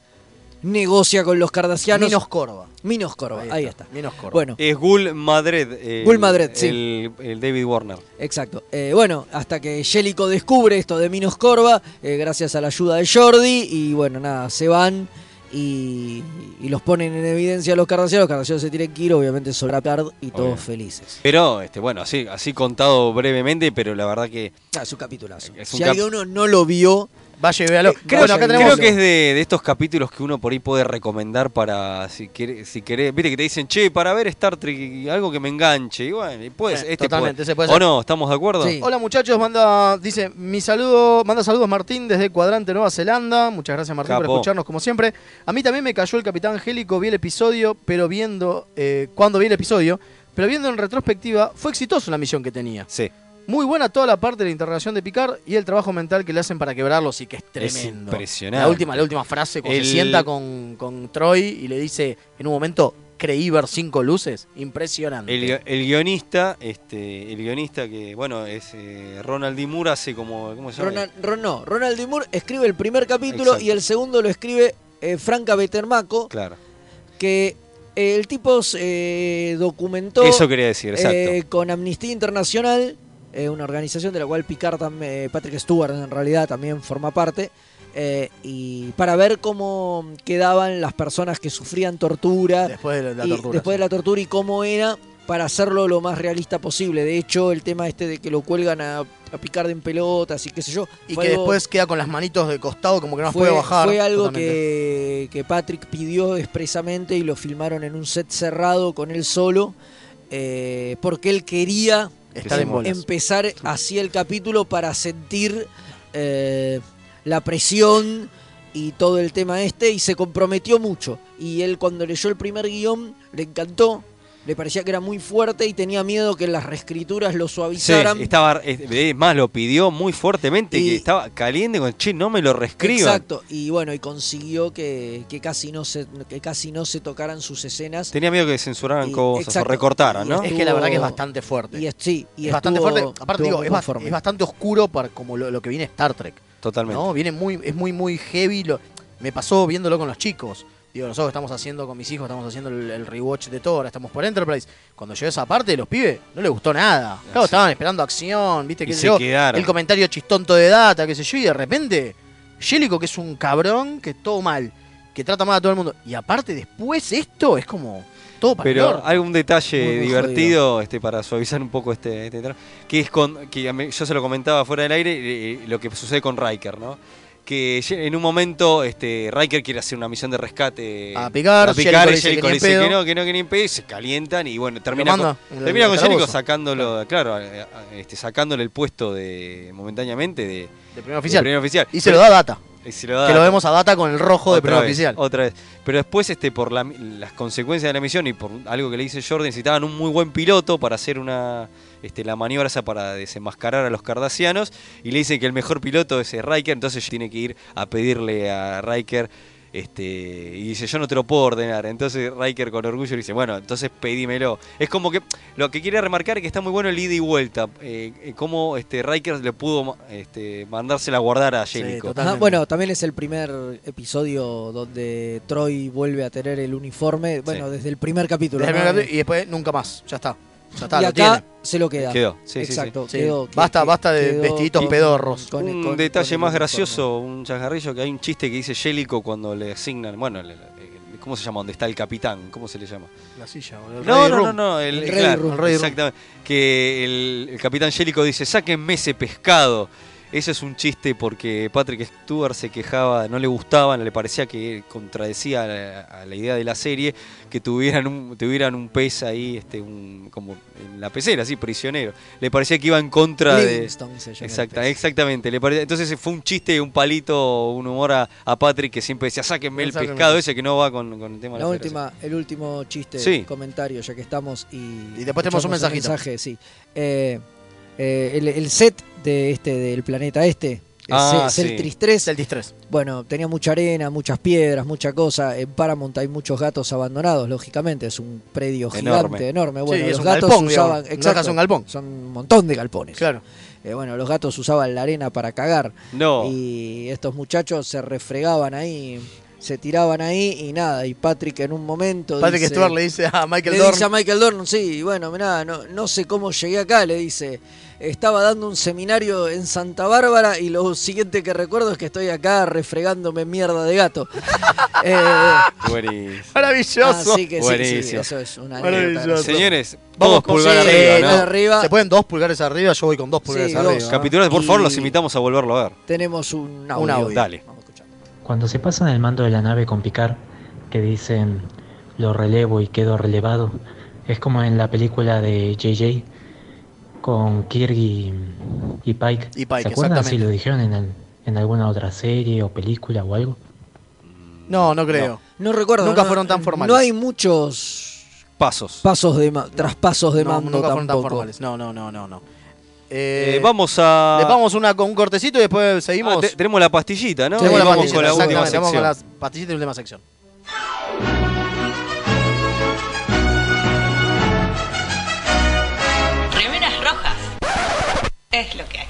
S3: negocia con los cardasianos.
S4: Minos Corva.
S3: Minos Corva, ahí, está.
S4: Minos Corva.
S3: Bueno,
S2: Es Gul Madred. eh,
S3: Gul Madred, sí.
S2: el- el David Warner.
S3: exacto. Eh, bueno, hasta que Jellico descubre esto de Minos Corva, eh, gracias a la ayuda de Jordi, y bueno, nada, se van y, y los ponen en evidencia a los cardasianos. Los cardasianos se tienen que ir, obviamente, sobre la card y todos
S2: Obvio.
S3: felices.
S2: Pero, este, bueno, así, así contado brevemente, pero la verdad que.
S3: Ah, es un capitulazo.
S2: Es un
S3: Si
S2: cap-
S3: alguno no lo vio,
S4: Vaya y
S3: Eh,
S4: véalo.
S2: Creo,
S4: Bueno, acá
S2: creo
S4: tenemos-
S2: que es de, de estos capítulos que uno por ahí puede recomendar para si querés, si querés, viste que te dicen, che, para ver Star Trek, algo que me enganche. Y bueno, y puede,
S4: Eh,
S2: este
S4: totalmente,
S2: puede.
S4: ese puede
S2: ¿O
S4: ser.
S2: no? ¿Estamos de acuerdo?
S4: Hola muchachos, manda, dice, mi saludo, manda saludos Martín desde Cuadrante Nueva Zelanda. Muchas gracias Martín por
S2: Capo.
S4: escucharnos como siempre. A mí también me cayó el Capitán Angélico, vi el episodio, pero viendo, eh, cuando vi el episodio, pero viendo en retrospectiva, fue exitosa la misión que tenía.
S2: Sí.
S4: Muy buena toda la parte de la interrogación de Picard y el trabajo mental que le hacen para quebrarlos y que es tremendo.
S2: impresionante.
S4: La última, la última frase, cuando se
S2: El-
S4: sienta con, con Troy y le dice, en un momento, creí ver cinco luces. Impresionante.
S2: El, gui- el guionista, este, el guionista que, bueno, es eh, Ronald D. Moore hace como. ¿Cómo se llama?
S3: Ronald, Ron- no, Ronald D. Moore escribe el primer capítulo
S2: Exacto.
S3: y el segundo lo escribe eh, Franca Betermaco,
S2: Claro.
S3: que eh, el tipo se eh, documentó
S2: Eso quería decir, exacto.
S3: eh, con Amnistía Internacional, eh, una organización de la cual Picard, tam- eh, Patrick Stewart en realidad también forma parte, eh, y para ver cómo quedaban las personas que sufrían tortura
S4: Después de la,
S3: y-
S4: tortura.
S3: después de la tortura y cómo era para hacerlo lo más realista posible. De hecho, el tema este de que lo cuelgan a, a Picard en pelotas y qué sé yo.
S4: Y
S3: fue
S4: que
S3: algo-
S4: después queda con las manitos de costado, como que no las
S3: fue,
S4: puede bajar.
S3: fue algo
S4: Totalmente.
S3: que, que Patrick pidió expresamente y lo filmaron en un set cerrado con él solo, eh, porque él quería
S4: Estar en
S3: em-
S4: bolas.
S3: empezar así el capítulo para sentir eh, la presión y todo el tema este y se comprometió mucho. Y él cuando leyó el primer guión le encantó. Le parecía que era muy fuerte y tenía miedo que las reescrituras lo
S2: Sí,
S3: suavizaran.
S2: estaba, es es más, lo pidió muy fuertemente,
S3: Y-
S2: que estaba caliente con, che, no me lo reescriban.
S3: Exacto, y bueno, y consiguió que, que casi no se, que casi no se tocaran sus escenas.
S2: Tenía miedo que censuraran
S3: Y-
S2: cosas
S3: exacto.
S2: o recortaran,
S3: Y
S2: ¿no?
S4: Es que la verdad que es
S3: Estuvo-
S4: bastante fuerte.
S3: Y es, sí, y
S4: es bastante
S3: estuvo-
S4: fuerte. Aparte,
S3: estuvo
S4: digo,
S3: muy
S4: es, ba-
S3: conforme.
S4: es bastante oscuro para como lo, lo que viene Star Trek.
S2: Totalmente.
S4: ¿no? Viene muy, es muy, muy heavy. lo- me pasó viéndolo con los chicos. Digo, nosotros estamos haciendo con mis hijos, estamos haciendo el, el rewatch de todo, ahora estamos por Enterprise. Cuando llegó esa parte, los pibes no les gustó nada. Claro, estaban esperando acción, viste,
S2: Y
S4: qué sé
S2: se
S4: yo,
S2: quedaron.
S4: El comentario chistonto de data, qué sé yo, y de repente, Yélico, que es un cabrón, que todo mal. que trata mal a todo el mundo. Y aparte, después esto es como todo para el
S2: Pero
S4: orto.
S2: algún detalle
S4: Muy, muy
S2: divertido este, para suavizar un poco este, este tra- que es con, que a mí- yo se lo comentaba fuera del aire, eh, lo que sucede con Riker, ¿no? Que ye- en un momento este, Riker quiere hacer una misión de rescate
S4: A picar,
S2: a picar
S4: Jellicoe
S2: y
S4: dice que
S2: Jellicoe
S4: ni en
S2: dice que
S4: pedo.
S2: no, que no, que ni en pedo, y se calientan y bueno, termina
S4: manda
S2: con,
S4: en el
S2: termina con Jellicoe
S4: calabozo.
S2: sacándolo, claro, a- a- este, sacándole el puesto de momentáneamente de,
S4: de primer oficial.
S2: primer oficial.
S4: Y se lo da a Data.
S2: Y se lo da
S4: Que lo
S2: Data.
S4: vemos a Data con el rojo de
S2: Otra
S4: primer
S2: vez,
S4: oficial.
S2: Otra vez. Pero después, este, por la- las consecuencias de la misión y por algo que le dice Jordan, necesitaban un muy buen piloto para hacer una este, la maniobra esa para desenmascarar a los cardasianos. Y le dicen que el mejor piloto es eh, Riker, entonces tiene que ir a pedirle a Riker. Este, y dice, yo no te lo puedo ordenar. Entonces Riker con orgullo le dice, bueno, entonces pedímelo. Es como que lo que quiere remarcar es que está muy bueno el ida y vuelta. Eh, eh, cómo este, Riker le pudo ma- este, mandársela a guardar a Jellico.
S3: Ah, bueno, también es el primer episodio donde Troy vuelve a tener el uniforme. Bueno,
S2: Sí.
S3: desde el primer capítulo.
S4: Desde el
S3: ¿no?
S4: primer capítulo y después nunca más. Ya está. Ya está,
S3: y
S4: lo
S3: acá
S4: tiene.
S3: se lo queda.
S2: Quedó, sí, sí,
S3: Exacto,
S4: sí.
S3: quedó.
S4: Sí. Basta- basta de vestiditos pedorros.
S3: con-
S2: un
S3: con- con
S2: detalle
S3: el
S2: más
S3: uniforme.
S2: gracioso, un chascarrillo, que hay un chiste que dice Yélico cuando le asignan, bueno, le- le- ¿cómo se llama? ¿Dónde está el capitán? ¿Cómo se le llama?
S4: La silla, boludo. El
S2: No,
S4: Ready
S2: no, no,
S4: Room.
S2: no, el, eh,
S4: El Ready
S2: claro,
S4: Room. El Ready Room.
S2: exactamente. Que el, el capitán Yélico dice, sáquenme ese pescado. Eso es un chiste porque Patrick Stewart se quejaba, no le gustaba, no le parecía que contradecía a la, a la idea de la serie que tuvieran un, tuvieran un pez ahí, este, un, como en la pecera, así, prisionero. Le parecía que iba en contra de...
S3: Livingstone se llama el
S2: Exacta- exactamente. Le pare- Entonces fue un chiste, un palito, un humor a, a Patrick que siempre decía, sáquenme el
S3: Sáquenme.
S2: pescado ese que no va con, con el tema de
S3: La
S2: la
S3: última, el último chiste,
S2: Sí.
S3: comentario, ya que estamos y.
S4: Y después tenemos un
S3: escuchamos el
S4: mensajito.
S3: mensaje, sí. Eh, eh, el, el set de este del planeta este,
S4: Ah,
S3: el set-
S4: sí.
S3: Celtris 3.
S4: Celtris 3.
S3: Bueno, tenía mucha arena, muchas piedras, mucha cosa. En Paramount hay muchos gatos abandonados, lógicamente. Es un predio
S4: Enorme.
S3: gigante, enorme.
S4: Sí,
S3: Bueno,
S4: es
S3: los
S4: un
S3: gatos
S4: galpón,
S3: usaban.
S4: digamos. No dejas un galpón.
S3: Son un montón de galpones.
S4: Claro.
S3: Eh, bueno, los gatos usaban la arena para cagar.
S2: No.
S3: Y estos muchachos se refregaban ahí, se tiraban ahí y nada. Y Patrick en un momento.
S4: Patrick
S3: dice-
S4: Stewart le dice a Michael
S3: le
S4: Dorn.
S3: dice a Michael Dorn, sí, bueno, mirá, no, no sé cómo llegué acá, le dice. Estaba dando un seminario en Santa Bárbara y lo siguiente que recuerdo es que estoy acá refregándome en mierda de gato. Eh,
S2: serie. Buenísimo.
S4: Maravilloso.
S3: Así que sí, sí,
S2: Buenísimo.
S3: eso es una
S4: Maravilloso.
S2: Eh, Señores, vamos pulgar
S4: sí,
S2: arriba,
S4: no.
S2: Eh, ¿no?
S4: Se pueden dos pulgares arriba, yo voy con dos pulgares
S3: dos.
S4: arriba.
S2: Capitulares, por favor,
S4: Y-
S2: los invitamos a volverlo a ver.
S3: tenemos un audio.
S4: Un audio.
S2: Dale.
S6: Cuando se pasan el mando de la nave con Picard, que dicen lo relevo y quedo relevado, es como en la película de JJ con Kirk y, y Pike.
S4: Y Pike,
S6: ¿Se acuerdan
S4: exactamente.
S6: si lo dijeron en, el- en alguna otra serie o película o algo?
S4: No, no creo.
S3: No recuerdo.
S4: Nunca
S3: no-
S4: fueron tan formales.
S3: No hay muchos
S2: Pasos.
S3: pasos de ma- traspasos de
S4: No,
S3: mando
S4: nunca fueron tan
S3: tampoco.
S4: formales. No, no, no, no. no.
S2: Eh, vamos a.
S4: Le vamos una, con un cortecito y después seguimos.
S2: Ah, te- tenemos la pastillita, ¿no?
S4: Tenemos
S2: Y
S4: la
S2: vamos
S4: pastilla,
S2: con la última
S4: exactamente, vamos con
S2: sección.
S4: las pastillitas de última sección.
S7: Remeras rojas. Es lo que hay.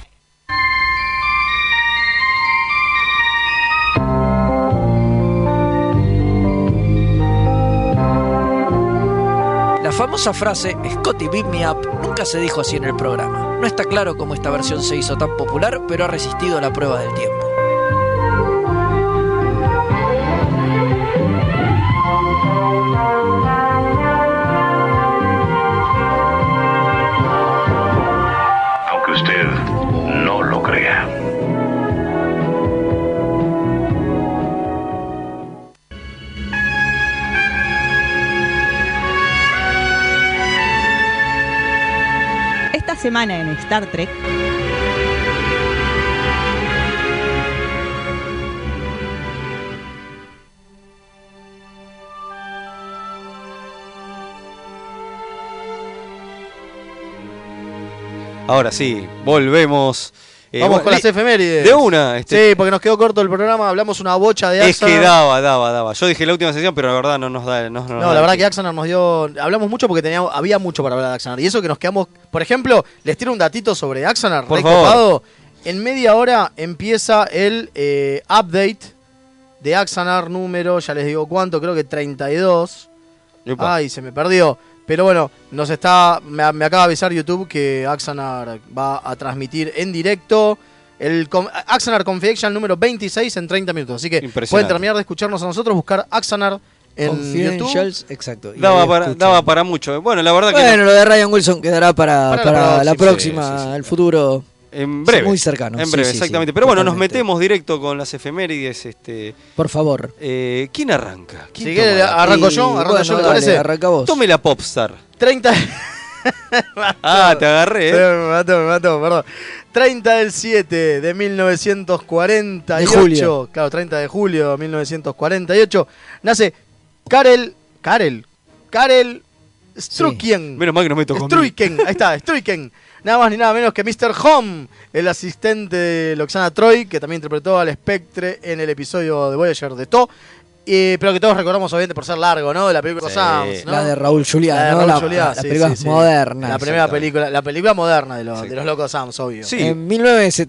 S3: La famosa frase Scotty beat me up nunca se dijo así en el programa. No está claro cómo esta versión se hizo tan popular, pero ha resistido la prueba del tiempo.
S12: aunque usted no lo crea.
S13: Esta semana en Star Trek.
S2: Ahora sí, volvemos. Eh,
S4: Vamos
S2: bueno,
S4: con las
S2: li-
S4: efemérides.
S2: De una. Este,
S4: Sí, porque nos quedó corto el programa, hablamos una bocha de
S2: Es
S4: AXA.
S2: que daba, daba, daba. Yo dije la última sesión, pero la verdad no nos da. No,
S4: No, la verdad que Axanar nos dio. Hablamos mucho porque teníamos, había mucho para hablar de Axanar. Y eso que nos quedamos. Por ejemplo, les tiro un datito sobre Axanar.
S2: Por
S4: re
S2: favor.
S4: copado. En media hora empieza el eh, update de Axanar número, ya les digo cuánto, creo que 32.
S2: Epa.
S4: Ay, se me perdió. Pero bueno, nos está. Me, me acaba de avisar YouTube que Axanar va a transmitir en directo El com- Axanar Confidential número 26 en 30 minutos. Así que
S2: Impresionante.
S4: pueden terminar de escucharnos a nosotros, buscar Axanar en YouTube.
S3: Confidentials, exacto. y
S2: Daba
S3: ahí
S2: para,
S3: escuchan.
S2: daba para mucho. Bueno, la verdad que
S3: Bueno,
S2: no-
S3: lo de Ryan Wilson quedará para,
S2: Para la
S3: para
S2: próxima,
S3: la próxima,
S2: sí, sí, sí.
S3: el futuro.
S2: en breve.
S3: Muy cercano.
S2: En
S3: sí,
S2: breve,
S3: sí, sí,
S2: exactamente. Pero bueno, nos
S3: totalmente.
S2: metemos directo con las efemérides. Este,
S3: Por favor.
S2: eh, ¿Quién arranca? ¿Quién toma
S4: Si quiere,
S2: la-
S4: arranco
S3: Y
S4: yo, arranco
S3: bueno,
S4: yo, ¿le
S3: dale,
S4: parece?
S3: arranca vos.
S2: Tome la popstar.
S4: 30.
S2: Ah, te agarré. eh.
S4: Me mató, me mató, perdón. 30 del 7 de 1948.
S3: De julio.
S4: Claro, 30 de julio de 1948. Nace Karel. Karel. Karel Strucken.
S2: Menos mal que no me tocó. a mí.
S4: Struiken, ahí está, Struiken. Nada más ni nada menos que Mr. Home, el asistente de Loxana Troy, que también interpretó al Spectre en el episodio de Voyager de To. eh, pero que todos recordamos, obviamente, por ser largo, ¿no? De la película
S2: Sí.
S4: Sams, ¿no?
S3: La de Raúl Julián,
S4: La de
S3: ¿no?
S4: Raúl
S3: La-
S4: Julián,
S3: la- la
S4: sí,
S3: película
S4: sí,
S3: es
S4: sí.
S3: moderna,
S4: La primera
S3: exactamente.
S4: película, la película moderna de los,
S2: Sí.
S4: de los locos Sams, obvio.
S2: Sí.
S3: En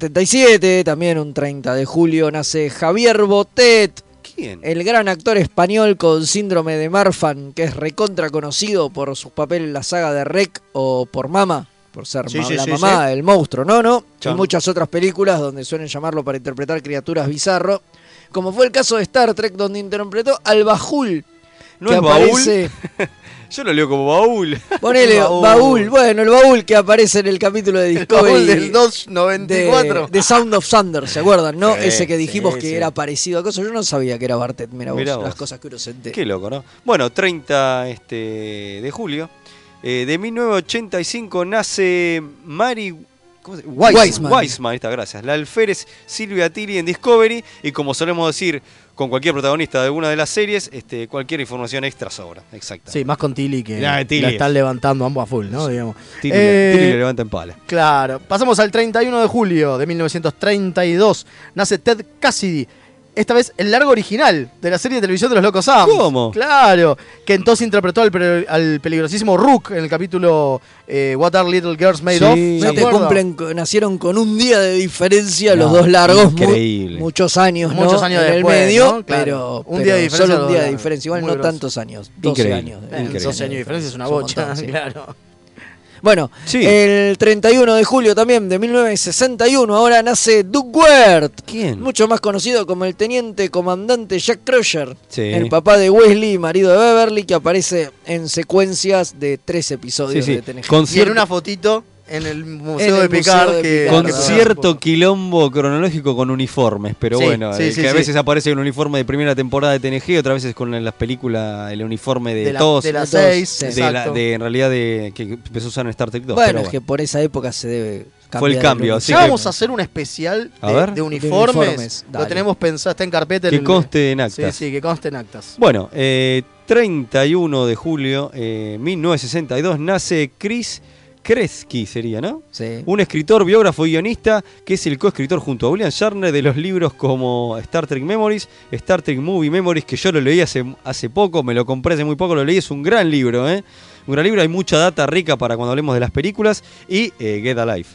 S3: 1977, también un 30 de julio, nace Javier Botet,
S2: ¿Quién?
S3: el gran actor español con síndrome de Marfan, que es recontra conocido por su papel en la saga de Rec o por Mama, por ser
S4: Sí,
S3: ma-
S4: sí,
S3: la
S4: sí,
S3: mamá, el monstruo, ¿no? ¿no? Y
S2: Chan.
S3: muchas otras películas donde suelen llamarlo para interpretar criaturas bizarro. Como fue el caso de Star Trek, donde interpretó al Bajul.
S2: ¿No
S3: que
S2: es Baúl?
S3: aparece.
S2: Yo lo leo como baúl.
S3: Ponele,
S4: El Baúl.
S3: baúl. Bueno, el baúl que aparece en el capítulo de
S4: El baúl
S3: Discovery.
S4: del
S3: de,
S4: 294.
S3: de Sound of Thunder, ¿se acuerdan? ¿No?
S2: Sí,
S3: Ese que dijimos
S2: sí,
S3: que
S2: sí.
S3: era parecido a cosas. Yo no sabía que era Bartet, mira vos,
S2: Mirá vos.
S3: las cosas que uno se entera.
S2: Qué loco, ¿no? Bueno, 30 este, de julio. eh, de 1985 nace Mary. ¿cómo se- Wiseman.
S3: Wiseman.
S2: Wiseman, ahí está, gracias. La alférez Silvia Tilly en Discovery. Y como solemos decir con cualquier protagonista de alguna de las series, este, cualquier información extra sobra. Exacto.
S4: Sí, más con Tilly que
S2: La
S4: la,
S2: de Tilly.
S4: están levantando ambos a full, ¿no? Digamos.
S2: Tilly,
S4: Eh,
S2: Tilly le levanta en pala.
S4: Claro. Pasamos al 31 de julio de 1932. Nace Ted Cassidy. Esta vez el largo original de la serie de televisión de los Locos Adams.
S2: ¿Cómo?
S4: Claro. Que entonces interpretó al, pe- al peligrosísimo Rook en el capítulo eh, What Are Little Girls Made Of. ¿se
S3: No te
S4: acuerdan?
S3: cumplen, co- nacieron con un día de diferencia
S2: No,
S3: los dos largos. mu-
S2: increíble.
S3: muchos años, ¿no?
S4: Muchos años
S3: en el
S4: después,
S3: medio,
S4: ¿no? Claro.
S3: pero,
S4: Un día de
S3: pero
S4: diferencia
S3: Solo
S4: los
S3: un
S4: dos
S3: día de
S4: largos.
S3: diferencia. Igual
S4: Muy
S3: no
S4: grosso.
S3: tantos años. 12
S2: Increíble,
S3: años. de
S4: Eh,
S2: Increíble.
S4: 12 años de diferencia es una
S3: un
S4: bocha,
S3: montón, sí.
S4: claro.
S3: Bueno,
S2: Sí.
S3: el 31 de julio también de 1961, ahora nace Duke Wert.
S2: ¿Quién?
S3: Mucho más conocido como el teniente comandante Jack Crusher,
S2: Sí.
S3: el papá de Wesley, marido de Beverly, que aparece en secuencias de tres
S2: Sí,
S3: episodios
S2: sí.
S3: de TNG.
S2: Con
S4: Y en
S2: cierto,
S4: una fotito en el Museo
S3: En
S4: de
S3: el
S4: Picard.
S3: Museo de
S4: que,
S3: Picard,
S2: con
S4: que-
S2: cierto quilombo cronológico con uniformes, pero
S4: Sí,
S2: bueno,
S4: sí,
S2: eh,
S4: sí,
S2: que a
S4: sí.
S2: veces aparece un uniforme de primera temporada de TNG, otras veces con las películas el uniforme de,
S4: de la-
S2: todos.
S4: de las
S3: todos,
S4: 6.
S3: sí.
S2: de, la- de- en realidad de que empezó a usar en Star Trek 2.
S3: bueno,
S2: pero
S3: es que por esa época se debe cambiar
S2: Fue el cambio,
S3: look.
S2: así
S4: Ya
S2: que-
S4: vamos a hacer un especial
S2: A
S4: de,
S2: ver.
S4: de uniformes.
S3: uniformes,
S4: Lo
S3: dale.
S4: tenemos pensado, está en carpeta.
S2: que
S4: el-
S2: conste en
S4: Sí,
S2: actas.
S4: sí, que conste en actas.
S2: Bueno, eh, 31 de julio eh, 1962 nace Chris Kresky, sería, ¿no?
S3: Sí.
S2: Un escritor, biógrafo y guionista que es el coescritor junto a William Shatner de los libros como Star Trek Memories, Star Trek Movie Memories, que yo lo leí hace, hace poco, me lo compré hace muy poco, lo leí, es un gran libro, ¿eh? Un gran libro, hay mucha data rica para cuando hablemos de las películas y eh, Get Alive.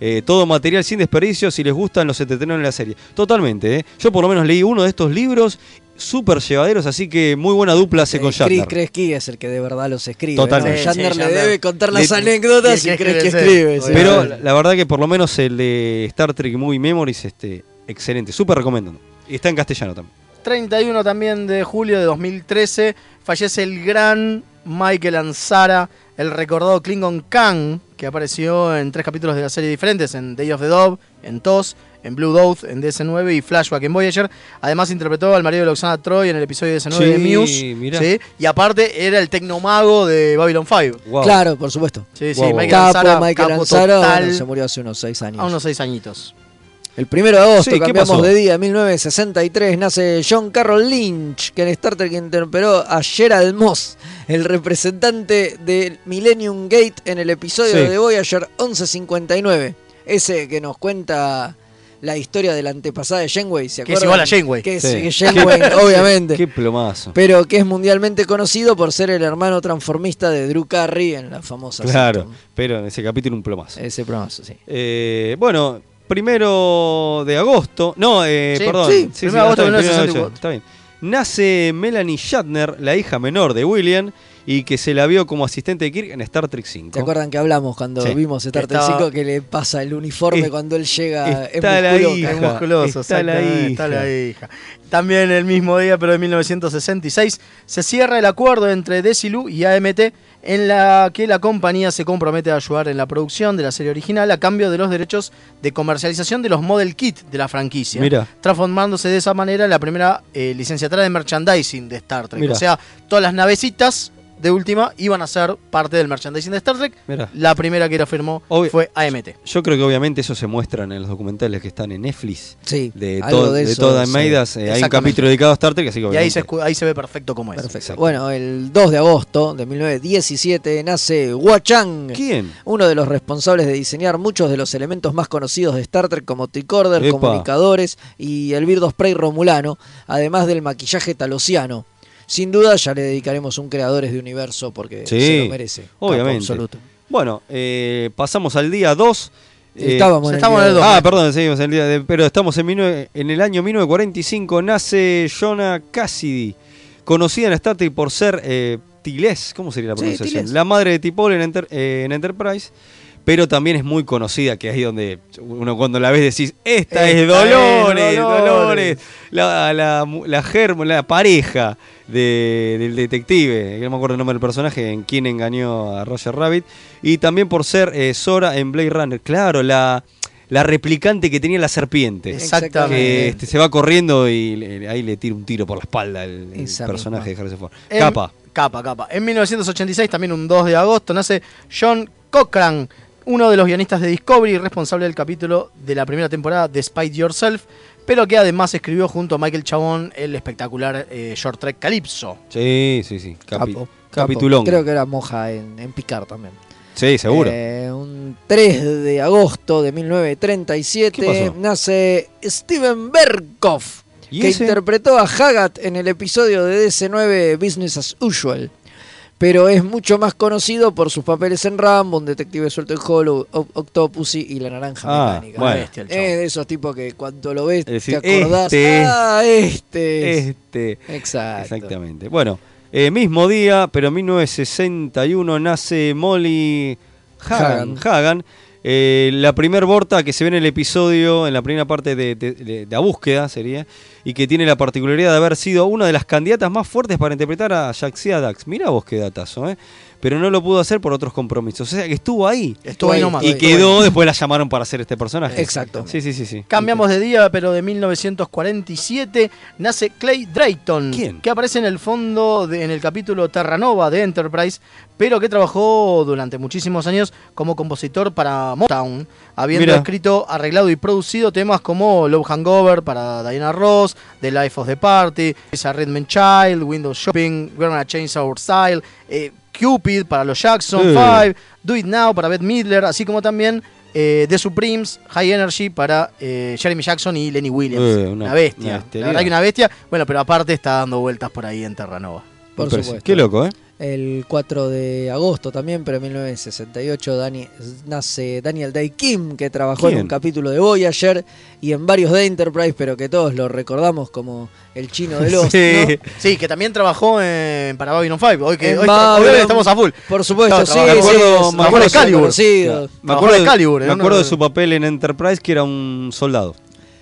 S2: Eh, todo material sin desperdicio, si les gustan, los entretenieron en la serie. Totalmente, ¿eh? Yo por lo menos leí uno de estos libros, súper llevaderos, así que muy buena dupla hace
S3: Eh,
S2: con
S3: Chris
S2: Shatner.
S3: Kresky es el que de verdad los escribe.
S2: Totalmente.
S3: Totalmente.
S2: Sí,
S3: Shatner
S4: sí,
S3: le
S4: Shatner.
S3: debe contar
S2: Le-
S3: las anécdotas
S4: y
S3: y
S4: el que
S3: Kresky
S4: escribe,
S3: escribe.
S4: sí.
S3: sí.
S2: Pero
S4: Claro.
S2: la verdad que por lo menos el de Star Trek Movie Memories, este, excelente, súper recomendando. Y está en castellano también.
S4: 31 también de julio de 2013 fallece el gran Michael Ansara, el recordado Klingon Khan, que apareció en tres capítulos de la serie diferentes, en Day of the Dove, en TOS, en Blue Dove, en DS9 y Flashback en Voyager. Además interpretó al marido de Loxana Troy en el episodio DS9 de
S2: Sí,
S4: Muse.
S2: mirá.
S4: ¿sí? Y aparte era el tecnomago de Babylon 5.
S2: Wow.
S3: Claro, por supuesto.
S4: Sí, sí,
S2: Wow, wow.
S4: Michael Ansara,
S3: Capo, Michael
S4: capo
S3: Ansara,
S4: total,
S3: bueno, se murió hace unos seis años.
S4: a unos seis añitos.
S3: El primero de agosto,
S2: Sí, ¿qué pasó?
S3: cambiamos de día, 1963, nace John Carroll Lynch, que en Star Trek interpretó a Gerald Moss, el representante del Millennium Gate en el episodio
S2: Sí.
S3: de Voyager 1159. Ese que nos cuenta la historia de la antepasada de Janeway, ¿se
S4: Que es
S3: acuerdan?
S4: igual a Janeway.
S3: Que es
S2: Sí.
S3: que Janeway, obviamente.
S2: Qué plomazo.
S3: Pero que es mundialmente conocido por ser el hermano transformista de Drew Carey en la famosa
S2: Claro,
S3: sitcom.
S2: pero en ese capítulo un plomazo.
S3: Ese programa, sí.
S2: Eh, bueno, primero de agosto. No, eh,
S4: Sí,
S2: perdón.
S4: sí, primero de agosto de
S2: está bien, primero de
S4: 1964.
S2: agosto, está bien. Nace Melanie Shatner, la hija menor de William, y que se la vio como asistente de Kirk en Star Trek 5.
S3: ¿Se acuerdan que hablamos cuando
S2: Sí.
S3: vimos Star Trek
S2: Estaba-
S3: 5 que le pasa el uniforme
S2: Es-
S3: cuando él llega? Es
S2: está la
S3: musculoso.
S2: hija,
S4: Es musculoso,
S2: está la
S4: exactamente,
S2: hija.
S4: está la hija. También el mismo día, pero de 1966, se cierra el acuerdo entre Desilu y AMT en la que la compañía se compromete a ayudar en la producción de la serie original a cambio de los derechos de comercialización de los model kit de la franquicia.
S2: Mirá.
S4: Transformándose de esa manera en la primera eh, licenciatura de merchandising de Star Trek.
S2: Mirá.
S4: O sea, todas las navecitas de última iban a ser parte del merchandising de Star Trek.
S2: Mirá.
S4: La primera que lo firmó
S2: Obvio.
S4: fue AMT.
S2: Yo creo que obviamente eso se muestra en los documentales que están en Netflix.
S3: Sí,
S2: De,
S3: algo
S2: to-
S3: de
S2: de,
S3: eso,
S2: todas
S3: sí.
S2: Maidas. eh, hay un
S4: Exactamente.
S2: capítulo dedicado a Star Trek, así que
S4: Y ahí
S2: obviamente-
S4: se, escu- ahí se ve perfecto cómo es.
S3: Perfecto. Bueno, el 2 de agosto de 1917 nace Huachang.
S2: ¿Quién?
S3: Uno de los responsables de diseñar muchos de los elementos más conocidos de Star Trek como tricorder,
S2: Epa.
S3: comunicadores y el Birdo Spray Romulano, además del maquillaje talosiano. Sin duda ya le dedicaremos un Creadores de Universo porque
S2: Sí,
S3: Eh, se lo merece. Capo
S2: obviamente.
S3: absoluto.
S2: Bueno, eh, pasamos al día 2. eh,
S3: Estábamos en el Estamos día en el dos.
S2: Ah, perdón, seguimos en el día de- pero estamos en, 19 en el año 1945 nace Jonah Cassidy, conocida en Star Trek por ser eh, Tiles, ¿cómo sería la
S3: Sí,
S2: pronunciación?
S3: Tiles.
S2: la madre de Tipol en, Enter- eh, en Enterprise, pero también es muy conocida, que ahí donde uno cuando la ves decís, esta, es
S1: Esta es
S2: Dolores, Dolores,
S1: Dolores".
S2: la, la, mu- la germo, la pareja de- del detective, que no me acuerdo el nombre del personaje, en quien engañó a Roger Rabbit, y también por ser eh, Sora en Blade Runner, claro, la, la replicante que tenía la serpiente.
S4: Exactamente.
S2: Que este, se va corriendo y le- ahí le tira un tiro por la espalda el, el
S4: Esa
S2: personaje de Harrison Ford.
S4: En-
S2: Capa.
S4: Capa, capa. En 1986, también un 2 de agosto, nace John Cochran, uno de los guionistas de Discovery, responsable del capítulo de la primera temporada de Spite Yourself, pero que además escribió junto a Michael Chabón el espectacular eh, short track Calypso.
S2: Sí, sí, sí. Capi-
S3: Capo,
S2: capitulón.
S3: Creo que era moja en, en picar también.
S2: Sí, seguro.
S3: Eh, un 3 de agosto de
S2: ¿Qué
S3: 1937
S2: pasó?
S3: nace Steven Berkoff,
S2: ¿Y
S3: que
S2: ese?
S3: interpretó a Haggart en el episodio de DC9 Business as Usual. Pero es mucho más conocido por sus papeles en Rambo, Un Detective Suelto en Hollow, O- Octopussy y La Naranja
S2: Ah,
S3: Mecánica.
S2: bueno.
S3: Es de esos tipos que cuando lo ves
S2: Es decir,
S3: te acordás.
S2: este es.
S3: ah, este. es".
S2: Este.
S3: Exacto.
S2: Exactamente. Bueno, eh, mismo día, pero en 1961 nace Molly Hagan.
S3: Hagan.
S2: Hagan, eh, la primer Borta que se ve en el episodio, en la primera parte de, de- de- de la búsqueda sería, y que tiene la particularidad de haber sido una de las candidatas más fuertes para interpretar a Jaxia Dax. Mira vos qué datazo, ¿eh? Pero no lo pudo hacer por otros compromisos. O sea, que estuvo ahí.
S4: Estuvo ahí nomás.
S2: Y
S4: Estuvo ahí.
S2: quedó, después la llamaron para hacer este personaje.
S3: Exacto.
S2: Sí, sí, sí, sí.
S4: Cambiamos de día, pero de 1947 nace Clay Drayton,
S2: ¿Quién?
S4: que aparece en el fondo de- en el capítulo Terranova de Enterprise, pero que trabajó durante muchísimos años como compositor para Motown, habiendo
S2: Mirá.
S4: escrito, arreglado y producido temas como Love Hangover para Diana Ross, The Life of the Party, Is a Redman Child, Windows Shopping, We're Gonna Change Our Style, eh, Cupid para los Jackson
S2: Sí.
S4: 5, Do It Now para Beth Midler, así como también eh, The Supremes, High Energy para eh, Jeremy Jackson y Lenny Williams.
S2: Eh, una-
S4: una, bestia.
S2: una bestialidad.
S4: la verdad que una bestia. Bueno, pero aparte está dando vueltas por ahí en Terranova.
S3: Por
S2: Impresi-
S3: supuesto.
S2: Qué loco, ¿eh?
S3: El 4 de agosto también, pero en 1968 Dani- nace Daniel Day Kim, que trabajó en
S2: ¿Quién?
S3: un capítulo de Voyager y en varios de Enterprise, pero que todos lo recordamos como el chino de los.
S2: Sí.
S4: Sí, que también trabajó en, para Babylon 5. Hoy, que,
S3: En
S4: hoy está- hoy
S3: Babylon,
S4: estamos a full.
S3: Por supuesto,
S4: Claro,
S3: sí,
S4: trabajó- me
S3: sí,
S4: acuerdo-
S3: sí,
S4: me acuerdo de
S3: son
S4: Calibur.
S3: conocidos.
S2: Me
S4: Trabajó
S2: acuerdo,
S4: en
S2: de, ¿eh?
S4: Excalibur,
S2: me
S4: era uno
S2: acuerdo
S4: de-
S2: de su papel en Enterprise que era un soldado.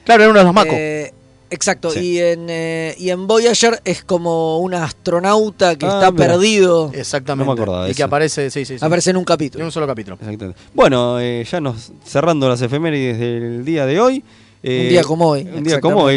S4: Claro, era uno de los macos.
S3: Eh, exacto,
S2: Sí.
S3: y, en, eh, y en Voyager es como un astronauta que
S2: Ah,
S3: está
S2: mira.
S3: perdido.
S4: Exactamente.
S2: No me acordaba de
S4: Y que
S2: eso.
S4: aparece, sí, sí. sí.
S3: Aparece en un
S4: en
S3: capítulo.
S4: un solo capítulo.
S2: Exactamente. Bueno, eh, ya nos cerrando las efemérides del día de hoy. eh,
S3: Un día como hoy,
S2: Un día como hoy,